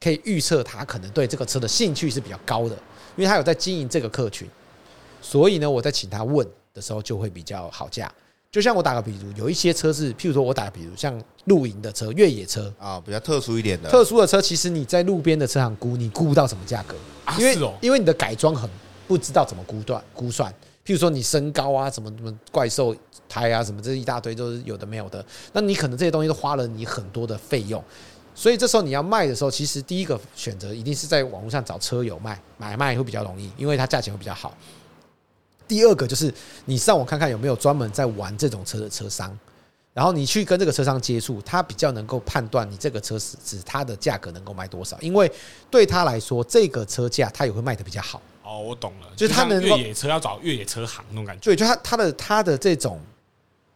S1: 可以预测他可能对这个车的兴趣是比较高的，因为他有在经营这个客群，所以呢，我在请他问的时候就会比较好价。就像我打个比如，有一些车是，譬如说我打个比如，像露营的车、越野车、
S2: 啊，比较特殊一点的，
S1: 特殊的车，其实你在路边的车行估，你估不到什么价格，
S3: 啊
S1: 因为
S3: 是哦
S1: 因为你的改装很不知道怎么估断估算。譬如说你身高啊，什么什么怪兽胎啊，什么这一大堆都是有的没有的，那你可能这些东西都花了你很多的费用。所以这时候你要卖的时候，其实第一个选择一定是在网络上找车友卖，买卖会比较容易，因为它价钱会比较好。第二个就是你上网看看有没有专门在玩这种车的车商，然后你去跟这个车商接触，他比较能够判断你这个车是指它的价格能够卖多少，因为对他来说，这个车价他也会卖的比较好。
S3: 哦，我懂了，
S1: 就是他
S3: 像
S1: 能
S3: 越
S1: 够
S3: 野车要找越野车行那种感觉。
S1: 对，就他他的他的这种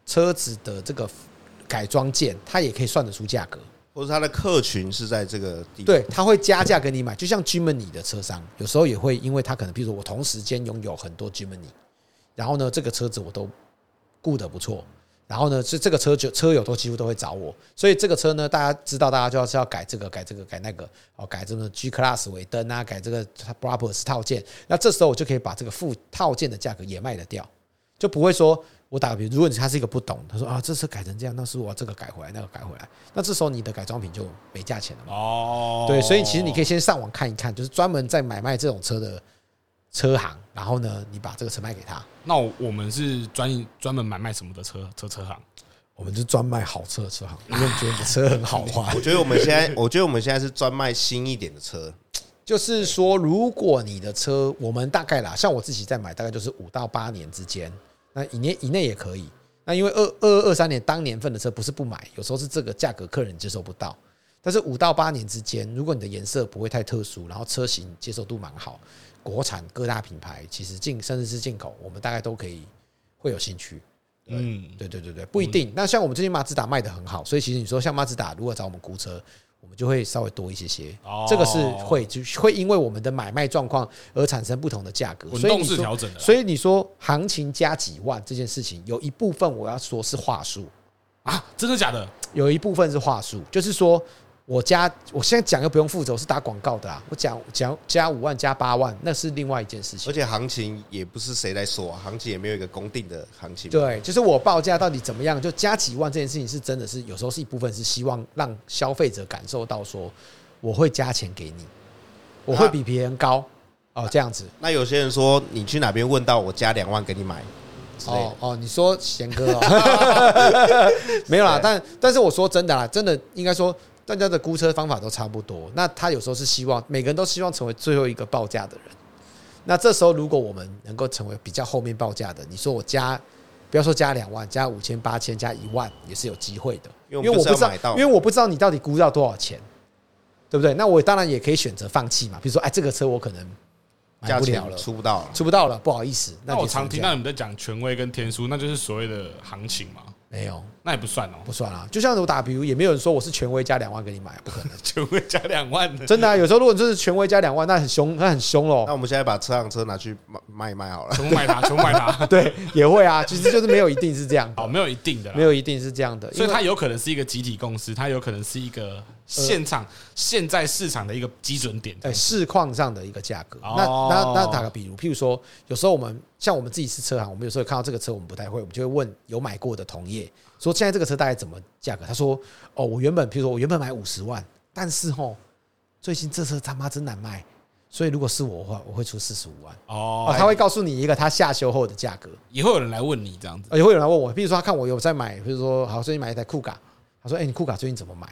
S1: 车子的这个改装件，他也可以算得出价格。
S2: 或者它的客群是在这个地方。
S1: 对，他会加价给你买，就像 Germany 的车商，有时候也会，因为他可能，比如说我同时间拥有很多 Germany，然后呢，这个车子我都顾得不错，然后呢，是这个车就车友都几乎都会找我，所以这个车呢，大家知道，大家就要是要改这个改这个改那个，哦，改这个 G Class 尾灯啊，改这个 Brabus 套件，那这时候我就可以把这个副套件的价格也卖得掉，就不会说。我打个比如，如果你他是一个不懂，他说啊，这车改成这样，那是我要这个改回来，那个改回来，那这时候你的改装品就没价钱了嘛。
S3: 哦，
S1: 对，所以其实你可
S3: 以
S1: 以先上网看一看，就是专门在买卖这种车的车行，然后呢，你把这个车卖给他。
S3: 那我我们是专专门买卖什么的车车车行？
S1: 我们就专卖好车的车行，因为觉得你的车很好玩
S2: 我。觉得我们现在， 我觉得我们现在是专卖新一点的车，
S1: 就是说，如果你的车，我们大概啦，像我自己在买，大概就是五到八年之间，那一年以内也可以。那因为二二二三年当年份的车不是不买，有时候是这个价格客人接受不到。但是五到八年之间，如果你的颜色不会太特殊，然后车型接受度蛮好，国产各大品牌其实进甚至是进口，我们大概都可以会有兴趣。
S3: 嗯，
S1: 对对对对，不一定。那像我们最近马自达卖的很好，所以其实你说像马自达如果找我们估车，我们就会稍微多一些些。
S3: 哦
S1: 这个是会就会因为我们的买卖状况而产生不同的价格，
S3: 滚
S1: 所以
S3: 动
S1: 你
S3: 式
S1: 说
S3: 调整的啦。啊
S1: 所以你说行情加几万这件事情，有一部分我要说是话术，
S3: 啊，真的假的？
S1: 有一部分是话术，就是说我加我现在讲又不用负责，我是打广告的啊，我讲讲加五万加八万，那是另外一件事情
S2: 而。且行情也不是谁来说、啊，行情也没有一个公定的行情。
S1: 对，就是我报价到底怎么样，就加几万这件事情是真的是有时候是一部分是希望让消费者感受到说我会加钱给你，我会比别人高，哦，这样子。
S2: 那有些人说你去哪边问到，我加两万给你买之类的
S1: 哦哦，你说贤哥 哦，没有啦，但但是我说真的啦，真的应该说大家的估车方法都差不多。那他有时候是希望每个人都希望成为最后一个报价的人。那这时候如果我们能够成为比较后面报价的，你说我加。不要说加两万，加五千、八千、加一万也是有机会的，
S2: 因为
S1: 我
S2: 我们
S1: 不
S2: 不
S1: 知
S2: 知道
S1: 道
S2: 买到，
S1: 因为我不知道你到底估到多少钱，对不对？那我当然也可以选择放弃嘛，比如说，哎，这个车我可能买
S2: 价
S1: 不了了哦
S2: 钱，出不到了。
S1: 出不到了，不好意思。
S3: 那
S1: 就
S3: 我
S1: 只
S3: 常
S1: 能
S3: 听
S1: 这样
S3: 到你们在讲权威跟天书，那就是所谓的行情嘛，
S1: 没有，
S3: 那也不算哦、
S1: 不算啊。就像我打比如，也没有人说我是权威加两万给你买，不可能。
S3: 权威加两万的，
S1: 真的、啊，有时候如果就是权威加两万，那很凶，那很凶
S2: 那
S1: 喽。
S3: 哦
S2: 我们现在把车上车拿去卖卖一卖好了。
S3: 全部买它，全部买 它。
S1: 对，也会啊。其实就是没有一定是这样
S3: 好，
S1: 的，
S3: 没有一定的啦
S1: 没，有一定是这样的，
S3: 所
S1: 因
S3: 以
S1: 为
S3: 它有可能是一个集体共识，它有可能是一个现场、现在市场的一个基准点。
S1: 呃市况上的一个价格。
S3: 哦
S1: 那那那打个比如，譬如说，有时候我们像我们自己是车行，我们有时候看到这个车我们不太会，我们就会问有买过的同业说现在这个车大概怎么价格？他说哦，我原本譬如说我原本买五十万，但是吼最近这车他妈真难卖，所以如果是我的话，我会出四十五万。
S3: 哦
S1: 哦，，他会告诉你一个他下修后的价格，
S3: 也会有人来问你这样子。
S1: 而且会有人来问我，比如说他看我有在买，比如说好最近买一台酷卡，他说：“哎、你酷卡最近怎么买？”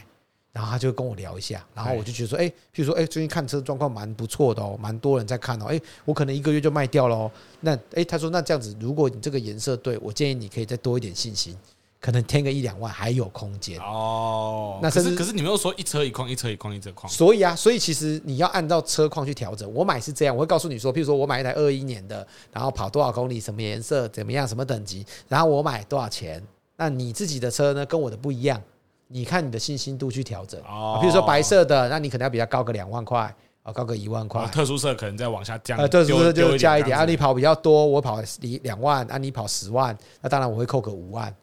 S1: 然后他就跟我聊一下，然后我就觉得说：“哎、譬如说，哎、最近看车状况蛮不错的哦，蛮多人在看哦，哎、我可能一个月就卖掉了哦。那哎、他说那这样子，如果你这个颜色对我建议你可以再多一点信心，可能添个一两万还有空间。
S3: 哦，
S1: 哎那
S3: 可
S1: 甚
S3: 是
S1: 至
S3: 可是你们又说一车一框，一车一框，一车一框。
S1: 所以啊，所以其实你要按照车况去调整。我买是这样，我会告诉你说，譬如说我买一台二一年的，然后跑多少公里，什么颜色，怎么样，什么等级，然后我买多少钱。那你自己的车呢，跟我的不一样，你看你的信心度去调整。
S3: 哦
S1: 啊譬如说白色的，那你可能要比较高个两万块，啊，高个一万块
S3: 哦。特殊色可能再往下降，
S1: 呃，对对对，
S3: 丢
S1: 就加一点。
S3: 这
S1: 啊，
S3: 样子
S1: 你跑比较多，我跑离两万，啊，你跑十万，那当然我会扣个五万，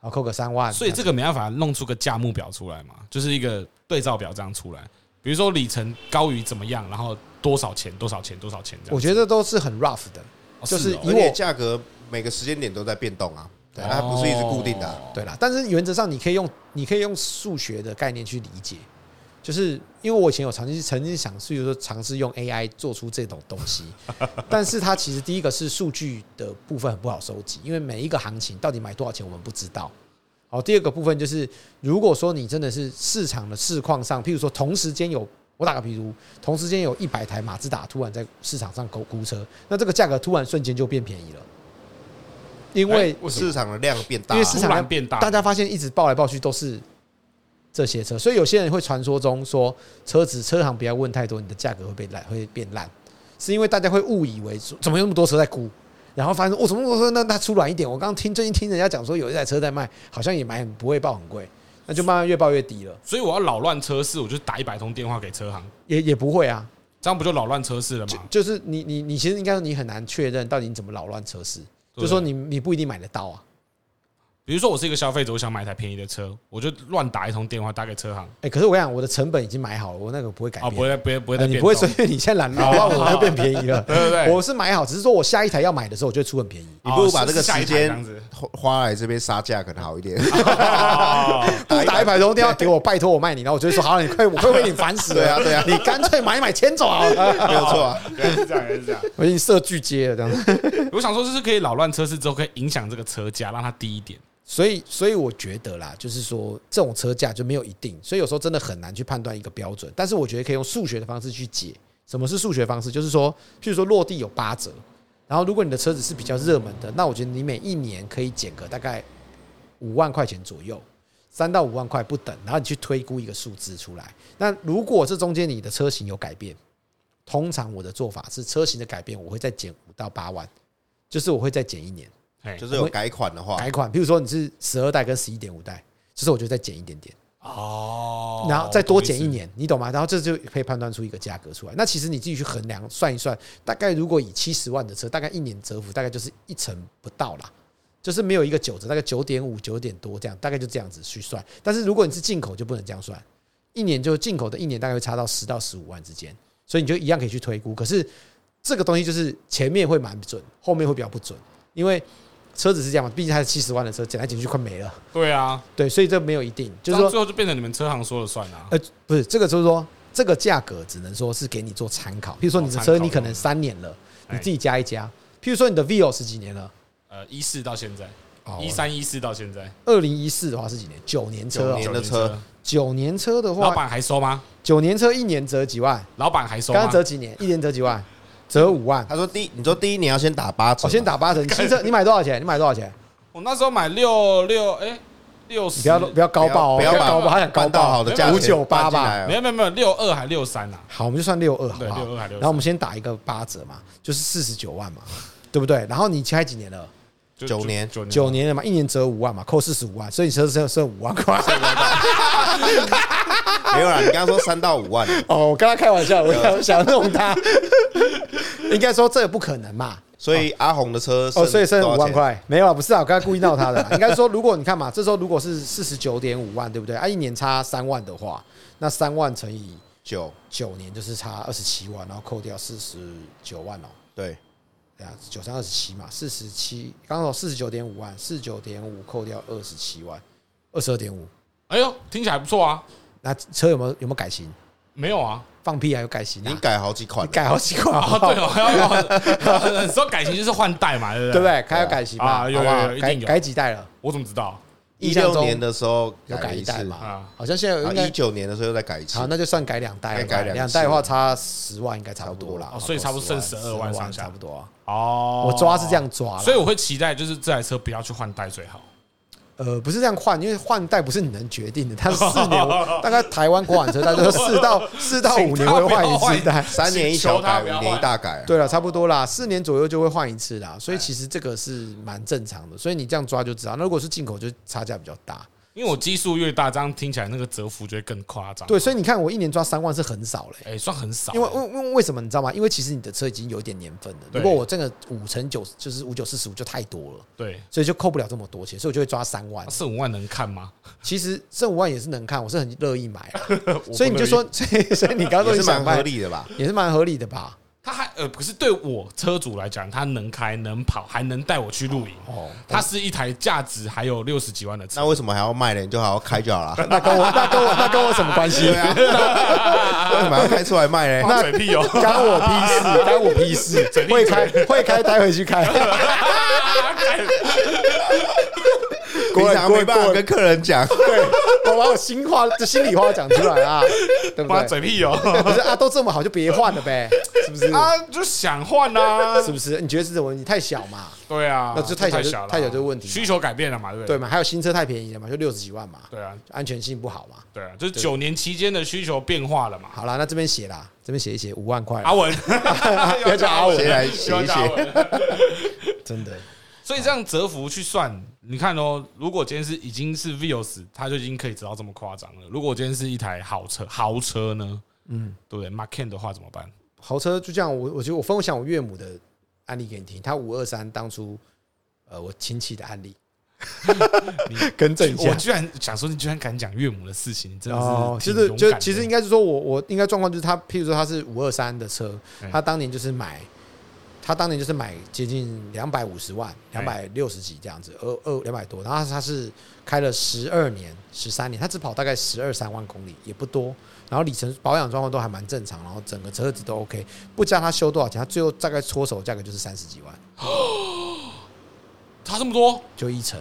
S1: 啊，扣个三万。
S3: 所以这个没办法弄出个价目表出来嘛，就是一个对照表这样出来。比如说里程高于怎么样，然后多少钱，多少钱，多少钱这样。
S1: 我觉得都是很 rough 的。
S3: 哦
S1: 就是
S3: 哦
S1: 以我
S2: 而且价格每个时间点都在变动啊，对啊，它不是一直固定的啊、
S3: 哦
S1: 对啦，但是原则上你可以用你可以用数学的概念去理解，就是因为我以前有尝试曾经想，比如说尝试用 AI 做出这种东西，但是它其实第一个是数据的部分很不好收集，因为每一个行情到底买多少钱我们不知道。好，第二个部分就是，如果说你真的是市场的市况上，譬如说同时间有我打个比如，同时间有一百台马自达突然在市场上估估车，那这个价格突然瞬间就变便宜了，因为
S3: 哎为什么
S2: 市场的量变大
S1: 因为
S2: 啊、
S1: 市场
S3: 突
S1: 量
S3: 然变大
S1: 大家发现一直报来报去都是这些车，所以有些人会传说中说车子车行不要问太多，你的价格会被烂，会变烂，是因为大家会误以为说怎么有那么多车在估，然后发现我、哦、怎么那么多车那那出软一点，我刚刚听最近听人家讲说有一台车在卖，好像也买很不会报很贵，那就慢慢越报越低了，
S3: 所以我要扰乱车市，我就打一百通电话给车行，
S1: 也也不会啊，
S3: 这样不就扰乱车市了
S1: 就
S3: 吗？
S1: 就是你你你其实应该说你很难确认到底你怎么扰乱车市，
S3: 对
S1: 就说你你不一定买得到啊，
S3: 比如说我是一个消费者，我想买一台便宜的车，我就乱打一通电话打给车行，
S1: 哎、可是我跟你讲我的成本已经买好了，我那个不会改
S3: 哦，
S1: 变。
S3: 不会再不会不会
S1: 哎
S3: 再
S1: 你
S3: 变
S1: 不会
S3: 动，
S1: 随便你现在懒，搞到我就变便宜了。
S3: 对对对
S1: 我是买好，只是说我下一台要买的时候，我就会出很 便宜。
S2: 你不如把这个
S3: 下一
S2: 时
S3: 台这样
S2: 间
S3: 子
S2: 花花来这边杀价可能好一点。
S3: 哦
S1: 不如打一百通电话给我，拜托我卖你，然后我就会说好了，你快，我会为你烦死了。
S2: 对啊对
S1: 你
S2: 啊
S1: 干脆买一买牵走好了。
S2: 没有错啊，
S3: 哦 原来是这样，原来是这样。
S1: 我已经设巨接了这样子，
S3: 我想说，就是可以扰乱车市之后，可以影响这个车价，让它低一点。
S1: 所以所以我觉得啦，就是说这种车价就没有一定，所以有时候真的很难去判断一个标准。但是我觉得可以用数学的方式去解。什么是数学方式？就是说，譬如说落地有八折，然后如果你的车子是比较热门的，那我觉得你每一年可以减个大概五万块钱左右，三到五万块不等，然后你去推估一个数字出来。那如果这中间你的车型有改变，通常我的做法是车型的改变，我会再减五到八万，就是我会再减一年。
S3: 哎
S2: 就是有改款的话，
S1: 改款，譬如说你是十二代跟十一点五代，就是我就再减一点点，
S3: 哦
S1: 然后再多减一，年，你懂吗？然后这就可以判断出一个价格出来。那其实你自己去衡量算一算，大概如果以七十万的车，大概一年折幅大概就是一成不到啦，就是没有一个九折，大概九点五、九点多这样，大概就这样子去算。但是如果你是进口，就不能这样算，一年就进口的一年大概会差到十到十五万之间，所以你就一样可以去推估。可是这个东西就是前面会蛮准，后面会比较不准，因为车子是这样嘛，毕竟它是七十万的车，减来减去快没了，
S3: 对啊，
S1: 对，所以这没有一定，就
S3: 就
S1: 是是说
S3: 最后就变成你们车行说了算啊。
S1: 呃，不是这个，就是说这个价格只能说是给你做参考。譬如说你的
S3: 哦参
S1: 车
S3: 考
S1: 你可能三年了，
S3: 哎
S1: 你自己加一加。譬如说你的 Vios 是几年了？
S3: 呃，一四到现在，
S1: 哦
S2: 哦
S3: 一三一四到现在，
S1: 二零一四的话是几年？九年车
S2: 九
S1: 哦，
S2: 年的
S3: 九
S2: 车，
S1: 九年车的
S3: 老
S1: 话，
S3: 板还收吗？
S1: 九年车一年折几万？
S3: 老板还收
S2: 啊
S1: 刚刚？
S3: 吗
S1: 折几年？一年折几万？折五 万。
S2: 他说第你说第一年要先打八折，
S1: 我哦先打八折。你 新车你买多少钱？你买多少钱？
S3: 我那时候买六六，哎，六
S1: 你
S3: 十，
S1: 不要不要高报哦，
S2: 不要把
S1: 高报，还想高
S2: 搬到
S1: 报
S2: 好的价钱，
S1: 五九八吧。
S3: 没有没有没有六二还六三呐，啊
S1: 好，我们就算六二好不好
S3: 对62还？
S1: 然后我们先打一个八折嘛，就是四十九万嘛，对不对？然后你开几年了？
S3: 就
S2: 九
S3: 就
S2: 年
S3: 九年
S1: 九年了嘛，一年折五万嘛，扣四十五万，所以你车剩剩五万块。
S2: 没有啦，你刚刚说三到五 万，
S1: 哦，我跟他开玩笑，我想弄他。 应该说这也不可能嘛。
S2: 所以阿红的车
S1: 哦，所以剩五
S2: 多少
S1: 万
S2: 钱，
S1: 块没有啊？不是啊，我刚才故意闹他的啊。应该说，如果你看嘛，这时候如果是四十九点五万，对不对？啊，一年差三万的话，那三万乘以
S2: 九
S1: 九年就是差二十七万，然后扣掉四十九万哦，
S2: 对，
S1: 对啊，九三二十七嘛，四十七，刚好四十九点五万，四十九点五扣掉二十七万，二十二点五。
S3: 哎呦，听起来不错啊，
S1: 那车有没有有没有改型？
S3: 没有啊，
S1: 放屁还有改型
S2: 你
S1: 啊？
S2: 改好几款
S1: 你
S2: 了，
S1: 改好几款
S3: 哦
S1: 啊，
S3: 对哦，还要要，说改型就是换代嘛，对
S1: 对
S3: 不对？
S1: 不对？还有改型嘛？
S3: 啊有有有
S1: 好不好
S3: 一定
S1: 改
S3: 有
S1: 改几代了？
S3: 我怎么知道？
S1: 印
S2: 一
S1: 象
S2: 六
S1: 中
S2: 年的时候
S1: 有哦改
S2: 一
S1: 一代
S2: 次，
S1: 嘛
S3: 啊？哎
S1: 好像现在有
S2: 然
S1: 应
S2: 后
S1: 该
S2: 一九年的时候又再改一次
S1: 好，，那就算改两代了
S2: 应该
S1: 吧，
S2: 改两
S1: 两
S2: 次
S1: 代的话
S2: 了
S1: 差十万，应该差不多啦
S2: 差不。
S3: 多哦所以差不多
S1: 10万
S3: 剩12万上下
S1: 差不多啊。
S3: 哦，
S1: 我抓是这样抓啦，
S3: 所以我会期待，就是这台车不要去换代最好。
S1: 呃不是这样换，因为换代不是你能决定的，它是四年， 大概台湾国产车大概都四到四到五年会换一次代。
S2: 三年一小
S3: 求他
S2: 改，
S3: 不要
S2: 五年一
S3: 换
S2: 大改啊，
S1: 对了，差不多啦，四年左右就会换一次啦，所
S3: 哎
S1: 以其实这个是蛮正常的，所以你这样抓就知道。那如果是进口，就差价比较大。
S3: 因为我基数越大，这样听起来那个折幅就会更夸张。
S1: 对，所以你看我一年抓三万是很少嘞、
S3: 哎、算很少、
S1: 因为因为为什么你知道吗？因为其实你的车已经有一点年份了，
S3: 对
S1: 如果我这个五乘九就是五九四十五就太多了。
S3: 对
S1: 所以就扣不了这么多钱，所以我就会抓三万
S3: 那。四五万能看吗？
S1: 其实这五万也是能看，我是很乐意买啊、
S3: 我不
S1: 所以你就
S3: 乐意
S1: 说，所以所以你刚刚说你
S2: 也是
S1: 想
S2: 蛮
S1: 卖，
S2: 合理的吧？
S1: 也是蛮合理的吧？
S3: 他还呃，不是对我车主来讲，他能开能跑，还能带我去露营，
S1: 哦，
S3: 它是一台价值还有六十几万的车。
S2: 那为什么还要卖呢？你就好好开就好 了。
S1: 那跟我那跟我那跟我什么关系？
S2: 对啊，为什么要开出来卖呢？
S3: 那嘴屁 哦，
S1: 干我屁事，干我屁事，会开会开，待会去开。
S2: 平常没办法跟客人讲，
S1: 对，我把我心话、这心里话讲出来啊，对不
S3: 妈
S1: 对？
S3: 嘴屁哦
S1: 不是啊，都这么好就别换了呗，是不是？
S3: 啊，就想换啊，
S1: 是不是？你觉得是什么？你太小嘛，
S3: 对啊，
S1: 那就太小
S3: 太
S1: 就
S3: 小了，
S1: 太小就是问题嘛
S3: 需求改变了嘛，对不
S1: 对
S3: 对？
S1: 嘛？还有新车太便宜了嘛，就六十几万嘛，
S3: 对啊，
S1: 安全性不好嘛。
S3: 对啊，就是九年期间的需求变化 了嘛。
S1: 好啦，那这边写啦，这边写一写五万块啦，
S3: 阿文，
S1: 不 要叫阿文
S2: 谁 来写一
S3: 又叫阿文
S2: 写？
S1: 真的
S3: 所以这样折幅去算，你看哦，如果今天是已经是 Vios，它就已经可以折到这么夸张了。如果今天是一台豪车，豪车呢，嗯，对不对 m a c a n 的话怎么办？
S1: 豪车就这样。我我觉得我分享我岳母的案例给你听，她五二三当初呃我亲戚的案 例，更正一
S3: 我
S1: 下。
S3: 居然想说，你居然敢讲岳母的事情，你真的是
S1: 哦，就
S3: 挺
S1: 是
S3: 勇
S1: 就
S3: 敢的
S1: 其实应该是说我我应该状况就是他，譬如说他是五二三的车
S3: 嗯，
S1: 他当年就是买，他当年就是买接近两百五十万、两百六十几这样子，二二两百多，然后他是开了十二年、十三年，他只跑大概十二三万公里，也不多，然后里程保养状况都还蛮正常，然后整个车子都 OK，不加他修多少钱，他最后大概搓手价格就是三十几万，
S3: 差这么多，
S1: 就一成，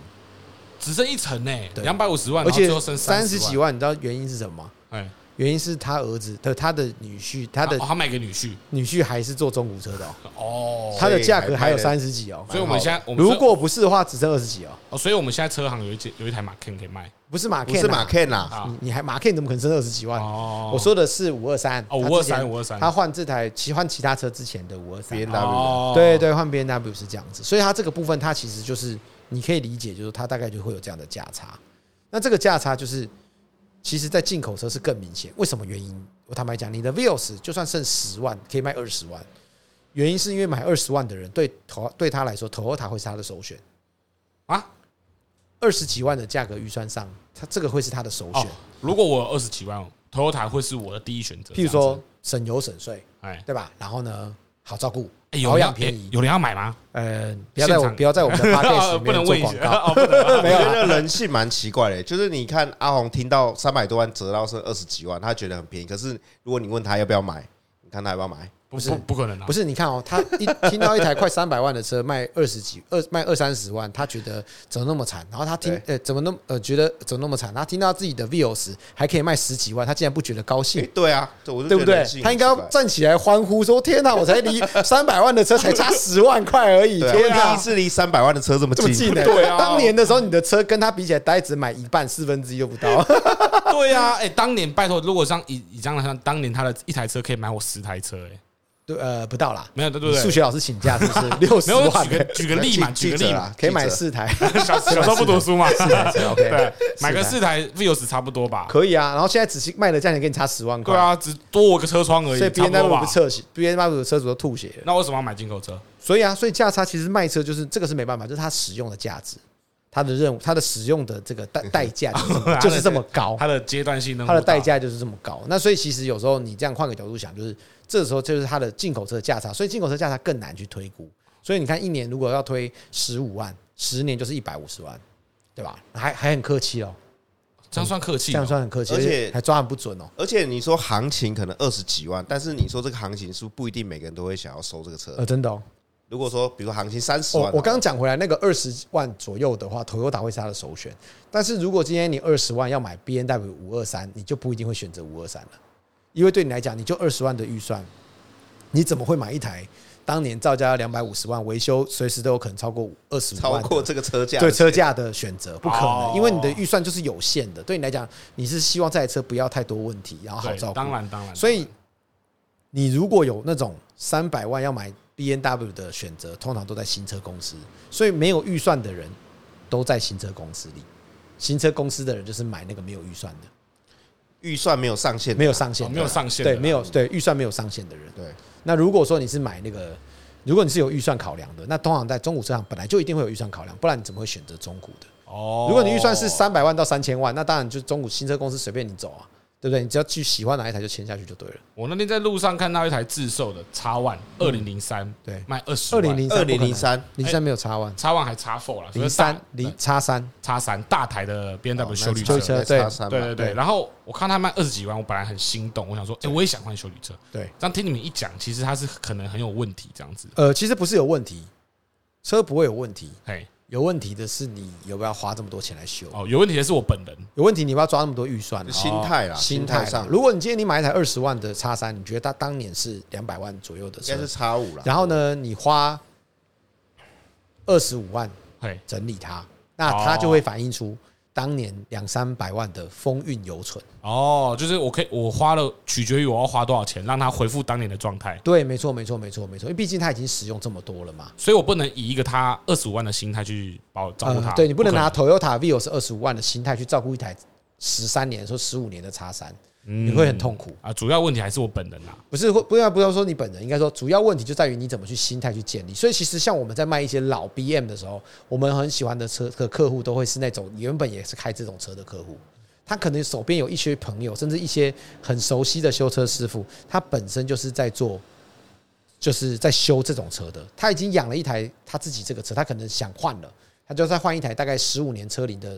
S3: 只剩一层呢，
S1: 对
S3: 两百五十万，
S1: 而
S3: 然后
S1: 且
S3: 最后剩
S1: 三十
S3: 十
S1: 几
S3: 万，
S1: 万，你知道原因是什么吗？
S3: 哎，
S1: 原因是他儿子的他的女婿，他
S3: 他
S1: 的
S3: 哦、他卖给女婿
S1: 女婿还是坐中古车的哦。
S3: 哦，
S1: 它的价格还有
S2: 所以还
S1: 三十几哦。
S3: 所以我们现在我们
S1: 如果不是的话，只剩二十几哦。
S3: 哦，所以我们现在车行有一间有一台 m a c a n 可以卖
S1: 不是马 K，
S2: 不是马 Ken 啦，
S3: 啊
S1: 你，你还马 K 你怎么可能剩二十几万？
S3: 哦
S1: 啊我说的是五二三
S3: 哦523 523
S1: 他换这台其换其他车之前的五二三
S2: 别，人
S3: 哦，
S1: 对对，换 B N W 是这样子，所以它这个部分它其实就是你可以理解，就是它大概就会有这样的价差。那这个价差就是，其实在进口车是更明显，为什么原因？我坦白讲，你的 Vios 就算剩十万，可以卖二十万，原因是因为买二十万的人对头对他来说，Toyota 会是他的首选。
S3: 啊，
S1: 二十几万的价格预算上，它这个会是它的首选
S3: 哦。，如果我有二十几万，Toyota 会是我的第一选择。
S1: 譬如
S3: 这样
S1: 说
S3: 子，
S1: 省油省税，
S3: 哎，
S1: 对吧？然后呢，好照顾，
S3: 哎有
S1: 保
S3: 人
S1: 养
S3: 要
S1: 便宜
S3: 有人要买吗？
S1: 呃，不要在
S3: 现
S1: 我
S3: 场
S1: 不要在我们 的 podcast 里
S3: 不能
S1: 面做
S3: 问一
S1: 广
S3: 下
S1: 告，
S3: 哦，不能啊
S1: 没有
S2: 我觉
S1: 啦，
S2: 得人性蛮奇怪的，就是你看阿红听到三百多万折到是二十几万，他觉得很便宜。可是如果你问他要不要买，你看他要不要买？
S3: 不
S1: 是
S3: 不不可能啊！
S1: 不是，你看哦，他一听到一台快三百万的车卖二十几二卖二三十万，他觉得怎么那么惨？然后他听呃怎么那么呃觉得怎么那么惨？他听到自己的 Vios 还可以卖十几万，他竟然不觉得高
S2: 哎
S1: 兴，，
S2: 对啊，这我就
S1: 对不
S2: 觉得
S1: 对
S2: 人性？
S1: 他
S2: 很
S1: 应该要
S2: 奇怪
S1: 站起来欢呼说：“天哪，我才离三百万的车才差十万块而已，
S2: 对啊，
S1: 天
S2: 问
S1: 哪
S2: 题！”是离三百万的车这么
S1: 这么
S2: 近
S1: 近，呢、
S3: 对啊
S1: 当年的时候，你的车跟他比起来，大概只买一半，四分之一都不到。
S3: 对呀，哎，当年拜托，如果像以以这样来算，当年他的一台车可以买我十台车， 哎，
S1: 对，呃，不到啦。
S3: 没有对不对？
S1: 数学老师请假是不是六十
S3: 没有，我
S1: 万
S3: 举？个举个 例嘛，
S2: 记
S3: 举个
S2: 记
S3: 例
S2: 者
S3: 嘛
S2: 啊，
S1: 可以买
S2: 记者
S1: 四台，
S3: 小小时候不读书嘛，
S1: 是 OK，
S3: 对，买个
S1: 四台
S3: 四台 Vios 差不多吧？
S1: 可以啊。然后现在只是卖的价钱给你差十万块，
S3: 对，啊，只多我个车窗而已，
S1: 所以 B
S3: 差
S1: N
S3: 不多
S1: W
S3: 吧
S1: 的？车型 B N W 的车主都吐血了。
S3: 那为什么要买进口车？
S1: 所以啊，所以价差其实卖车就是这个是没办法，就是它使用的价值，它的任务，它的使用的这个代代价就是 这
S3: 哦
S1: 么就是这么高，
S3: 它的阶段性能，
S1: 它的代价就是这么高。那所以其实有时候你这样换个角度想，就是这时候就是它的进口车的价差，所以进口车价差更难去推估。所以你看，一年如果要推十五万，十年就是一百五十万，对吧？还还很客气哦，
S3: 这样算客
S1: 这
S3: 气哦，
S1: 样算很客气，
S2: 而且
S1: 还抓很不准哦。
S2: 而且你说行情可能二十几万，但是你说这个行情是不是不一定每个人都会想要收这个车
S1: 呃，。真的哦。
S2: 如果说比如说行情三十
S1: 我
S2: 万，啊
S1: 哦我刚讲回来，那个二十万左右的话，Toyota 会是它的首选。但是如果今天你二十万要买 B N W 五二三，你就不一定会选择五二三了，因为对你来讲，你就二十万的预算，你怎么会买一台当年造价要两百五十万，维修随时都有可能超过二十五
S2: 超
S1: 万的
S2: 过这个车价，
S1: 对车价的选择？不可
S3: 哦
S1: 能，因为你的预算就是有限的。对你来讲，你是希望这台车不要太多问题，然后好
S3: 对
S1: 照顾。
S3: 当然当然，
S1: 所以你如果有那种三百万要买 B N W 的选择，通常都在新车公司，所以没有预算的人都在新车公司里。新车公司的人就是买那个没有预算的，
S2: 预算没有上限，
S1: 没有上限的
S3: 哦
S1: 啦、
S3: 没有上限的
S1: 对，
S3: 啦
S1: 没有对预算没有上限的人。
S2: 对，
S1: 那如果说你是买那个，如果你是有预算考量的，那通常在中古车行本来就一定会有预算考量，不然你怎么会选择中古的？
S3: 哦，
S1: 如果你预算是三百万到三千万，那当然就中古新车公司随便你走啊，对不对？你只要去喜欢哪一台就签下去就对了。
S3: 我那天在路上看到一台自售的叉 One 二零零三，
S1: 对
S3: 卖二十
S1: 二零零
S2: 二零零三
S1: 零三没有差
S2: 哎
S1: 万，
S3: 叉 One 还叉 Four 了，
S1: 零三零叉三，
S3: 叉三大台的 B N W 修理
S1: 哦修
S3: 车
S1: 理，车对
S2: 差三
S3: 对对
S2: 百，
S3: 对。
S1: 对
S3: 然后我看他卖二十几万，我本来很心动，我想说，哎，我也想换修理车。
S1: 对，
S3: 这样听你们一讲，其实它是可能很有问题这样子。
S1: 呃，其实不是有问题，车不会有问题，
S3: 哎，
S1: 有问题的是你有没有花这么多钱来修，
S3: 哦，有问题的是我本人，
S1: 有问题你要不要抓那么多预算啊，
S2: 心态啦，
S1: 心
S2: 态
S1: 态上
S2: 上，
S1: 如果你今天你买一台二十万的叉三，你觉得它当年是两百万左右的
S2: 应该
S1: 车
S2: 是，差五啦。
S1: 然后呢，你花二十五万
S3: 嘿，
S1: 整理它，那它就会
S2: 哦
S1: 反映出当年两三百万的风韵犹存。
S3: 哦，就是我可以，我花了，取决于我要花多少钱，让它恢复当年的状态。
S1: 对，没错，没错，没错，没错，因为毕竟它已经使用这么多了嘛。
S3: 所以我不能以一个他二十五万的心态去保照顾他，
S1: 嗯对你不能
S3: 可
S1: 拿 Toyota Vios 二十五万的心态去照顾一台十三年、说十五年的叉三，你会很痛苦。
S3: 啊。主要问题还是我本人啊，
S1: 不是，会不要不要说你本人，应该说主要问题就在于你怎么去心态去建立。所以其实像我们在卖一些老 BM 的时候，我们很喜欢的车的客户都会是那种原本也是开这种车的客户，他可能手边有一些朋友，甚至一些很熟悉的修车师傅，他本身就是在做就是在修这种车的，他已经养了一台他自己这个车，他可能想换了，他就再换一台大概十五年车龄的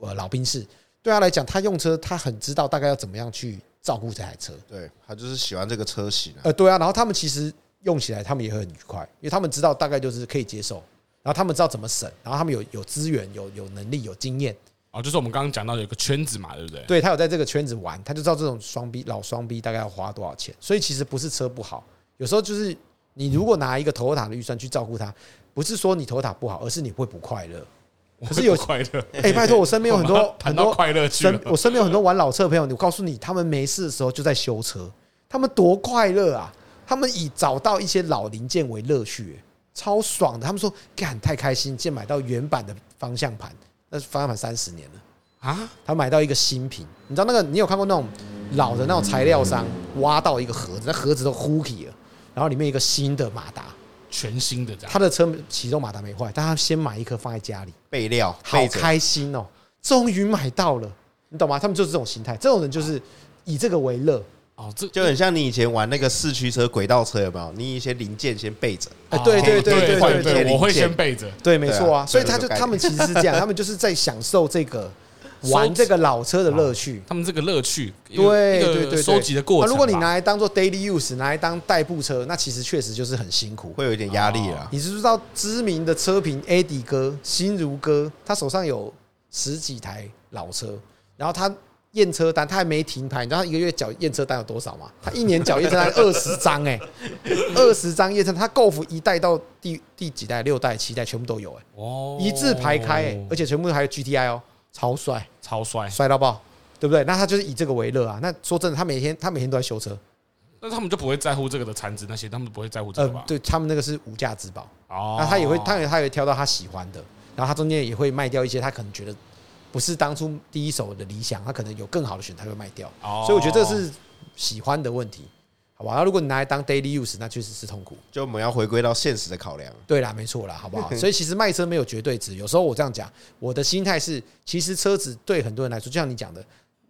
S1: 呃老兵士。对他来讲，他用车他很知道大概要怎么样去照顾这台车。
S2: 对他就是喜欢这个车型啊，
S1: 呃，对啊，然后他们其实用起来他们也会很愉快，因为他们知道大概就是可以接受，然后他们知道怎么省，然后他们有有资源、有有能力、有经验，
S3: 哦，就是我们刚刚讲到有个圈子嘛，对不对？
S1: 对他有在这个圈子玩，他就知道这种双 B 老双 B 大概要花多少钱，所以其实不是车不好，有时候就是你如果拿一个头塔的预算去照顾它，不是说你头塔不好，而是你会不快乐。
S3: 我
S1: 可是有
S3: 会不快乐，
S1: 哎、拜托，我身边有很
S3: 我们要
S1: 多
S3: 谈
S1: 很
S3: 到
S1: 多
S3: 快乐去
S1: 身
S3: 了，
S1: 我身边有很多玩老车的朋友，我告诉你，他们没事的时候就在修车，他们多快乐啊！他们以找到一些老零件为乐趣、欸超爽的。他们说：“干，太开心，竟然买到原版的方向盘，那方向盘三十年了。”
S3: 啊，
S1: 他买到一个新品，你知道那个你有看过那种老的那种材料商挖到一个盒子，那盒子都呼起了，然后里面有一个新的马达，
S3: 全新的这样
S1: 他。的车启动马达没坏，但他先买一颗放在家里，
S2: 备料
S1: 好
S2: 备着
S1: 开心哦，终于买到了，你懂吗？他们就是这种心态，这种人就是以这个为乐，
S3: 哦，这
S2: 就很像你以前玩那个四驱车、轨道车，有没有？你一些零件先备着，
S1: 哎对对对对
S3: 哦对
S1: 对
S2: 对
S3: 我会
S2: 零件
S3: 先备着。
S1: 对，没错啊，
S2: 对啊
S1: 所以他就
S2: 这个概念
S1: 他们其实是这样，他们就是在享受这个
S3: 收
S1: 玩这个老车的乐趣。
S3: 他们这个乐趣，一个
S1: 对
S3: 一个
S1: 对对对，
S3: 收集的过程吧。
S1: 啊如果你拿来当做 daily use，拿来当代步车，那其实确实就是很辛苦。
S2: 会有一点压力啊啦
S3: 哦。
S1: 你知不知道知名的车评 Adi 哥、心如哥，他手上有十几台老车，然后他验车单他还没停牌，你知道他一个月缴验车单有多少吗？他一年缴验车单 二十张哎、二十张验车单，他 Golf 一代到第第几代、六代、七代全部都有哎、
S3: 哦
S1: 一字排开哎、而且全部还有 GTI 哦，超帅，
S3: 超帅。
S1: 帅到爆，对不对？那他就是以这个为乐啊。那说真的，他每天他每天都在修车，
S3: 那他们就不会在乎这个的残值那些，他们不会在乎这
S1: 呃
S3: 个吧，？
S1: 对他们那个是无价之宝。
S3: 哦，
S1: 那他也会，他也他也会挑到他喜欢的，然后他中间也会卖掉一些他可能觉得不是当初第一手的理想，他可能有更好的选，他会卖掉。
S3: 哦
S1: 所以我觉得这是喜欢的问题，好吧？那如果你拿来当 daily use，那确实是痛苦。
S2: 就我们要回归到现实的考量，啊
S1: 对啦，没错啦，好不 好？所以其实卖车没有绝对值。有时候我这样讲，我的心态是，其实车子对很多人来说，就像你讲的，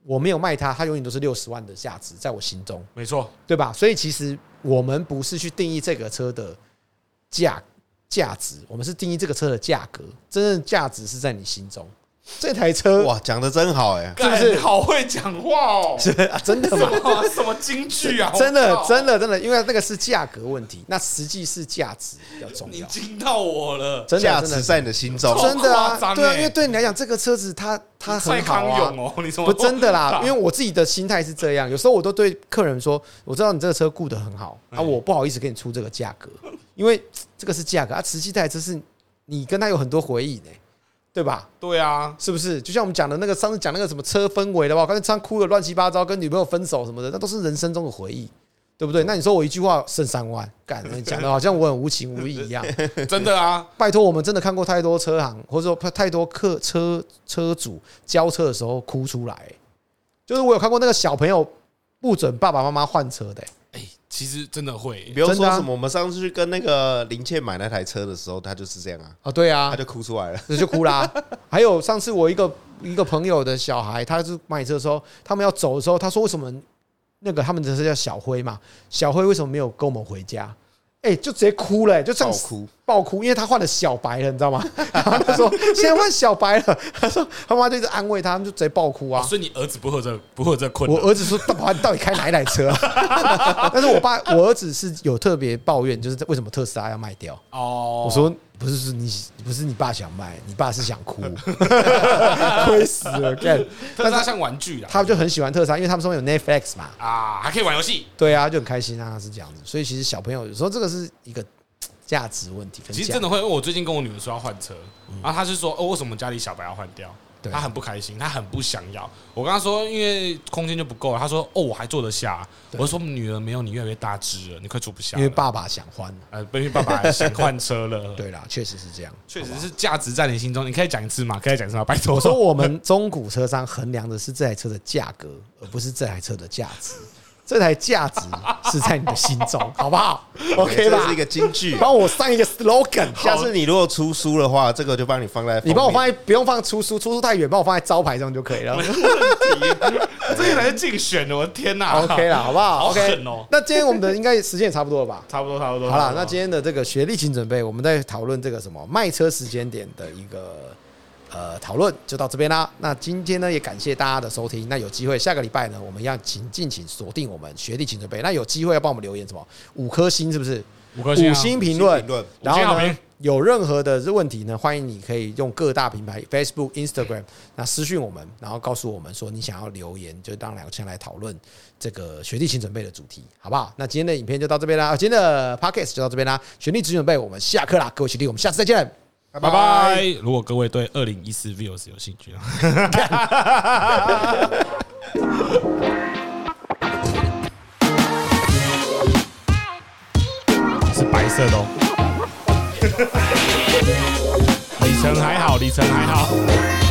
S1: 我没有卖它，它永远都是六十万的价值，在我心中。
S3: 没错，
S1: 对吧？所以其实我们不是去定义这个车的价价值，我们是定义这个车的价格。真正的价值是在你心中。这台车
S2: 哇，讲的真好哎、
S1: 是不是
S3: 干好会讲话 哦？什
S1: 啊真的吗？
S3: 么什么京剧 啊？
S1: 真
S3: 我
S1: 的
S3: 靠，
S1: 真的，真的，因为那个是价格问题，那实际是价值比较重
S3: 你
S1: 要。
S3: 惊到我了。
S1: 真
S2: 价
S1: 的，真
S2: 值
S1: 的，
S2: 在你的心中
S3: 好。
S1: 真的
S3: 夸
S1: 啊，
S3: 张
S1: 对啊，
S3: 欸
S1: 因为对你来讲，这个车子它它
S3: 蔡
S1: 很好
S3: 康
S1: 啊，
S3: 永哦，你 什么
S1: 不真的啦，因为
S3: 为
S1: 我自己的心态是这样，有时候我都对客人说，我知道你这个车顾得很好，啊，我不好意思给你出这个价格，因为嘖这个是价格啊，实际台车是你跟他有很多回忆呢、对吧？
S3: 对啊，
S1: 是不是？就像我们讲的那个上次讲那个什么车氛围的吧，我刚才唱哭的乱七八糟，跟女朋友分手什么的，那都是人生中的回忆。对不对？那你说我一句话剩三万，干你讲的好像我很无情无义一样。
S3: 真的 啊，
S1: 拜托，我们真的看过太多车行，或者说太多客车车主交车的时候哭出来、就是我有看过那个小朋友不准爸爸妈妈换车的、
S3: 哎，其实真的会
S2: 你不用
S1: 真
S2: 说
S1: 的啊
S2: 什么，我们上次去跟那个林倩买那台车的时候，他就是这样啊，
S1: 啊，对
S2: 他
S1: 啊，
S2: 就哭出来了。
S1: 这就哭啦、还有上次我一个一个朋友的小孩，他是买车的时候，他们要走的时候，他说为什么那个他们的车叫小辉嘛，小辉为什么没有跟我们回家？哎、就直接哭了、哎就这样
S2: 爆哭
S1: 爆哭，因为他换了小白了，你知道吗？ 然后他说现在换小白了，他说他妈就一直安慰他，他们就直接爆哭啊。
S3: 哦所以你儿子不会有这不会有这困
S1: 我
S3: 难
S1: 儿子说：“爸爸，你到底开哪一台车、 啊？”但是我爸，我儿子是有特别抱怨，就是为什么特斯拉要卖掉。
S3: 哦。
S1: 我说：“不是，是你不是你爸想卖，你爸是想 哭，亏死了。”干，
S3: 特斯
S1: 但
S3: 拉
S1: 是
S3: 像玩具啦，
S1: 他就很喜欢特斯拉，因为他们上面有 Netflix 嘛，
S3: 啊还可以玩游戏。
S1: 对啊，就很开心啊，是这样子。所以其实小朋友有时候这个是一个价值问题，跟
S3: 其实
S1: 价
S3: 真的会，因为我最近跟我女儿说要换车，然后她是说，哦，为什么家里小白要换掉？
S1: 对
S3: 她很不开心，她很不想要。我跟她说，因为空间就不够了。她说，哦，我还坐得下。我就说，女儿没有，你越来越大只了，你快坐不下
S1: 因
S3: 了。
S1: 为爸爸想换，
S3: 呃，因为爸爸想换车了。
S1: 对啦，确实是这样。
S3: 确实是价值在你心中。你可以讲一次嘛？可以讲一次吗？拜托。
S1: 我说我们中古车商衡量的是这台车的价格，而不是这台车的价值。这台价值是在你的心中，好不好？OK
S2: 这
S1: 吧
S2: 是一？个金 句。
S1: 帮我上一个 slogan，
S2: 下次你如果出书的话，这个就帮你放在
S1: 你帮我放
S2: 在
S1: 在不用放出书，出书太远，帮我放在招牌上就可以了。
S3: 这一来是竞选的，我的天哪
S1: OK 啦，好不好
S3: 好
S1: ？OK
S3: 狠哦。
S1: 那今天我们的应该时间也差不多了吧？
S3: 差不多，差不多。
S1: 好
S3: 差
S1: 啦，
S3: 不多
S1: 那今天的这个学历型准备，我们在讨论这个什么卖车时间点的一个呃讨论，就到这边啦。那今天呢，也感谢大家的收听。那有机会下个礼拜呢，我们要请敬请锁定我们学历型准备。那有机会要帮我们留言什么五颗星是不是？
S3: 五颗星啊
S1: 五星评论
S2: 五星评论，
S1: 然
S3: 五星
S1: 后
S3: 好
S1: 呢
S3: 评？
S1: 有任何的问题呢，欢迎你可以用各大平台 Facebook、Instagram 那私讯我们，然后告诉我们说你想要留言，就当两个先来讨论这个学弟请准备的主题，好不好？那今天的影片就到这边啦，啊今天的 podcast 就到这边啦，学弟只准备，我们下课啦，各位学弟，我们下次再见。
S3: 拜拜。如果各位对二零一四 Vios 有兴趣 啊。是白色的哦。里程还好，里程还好。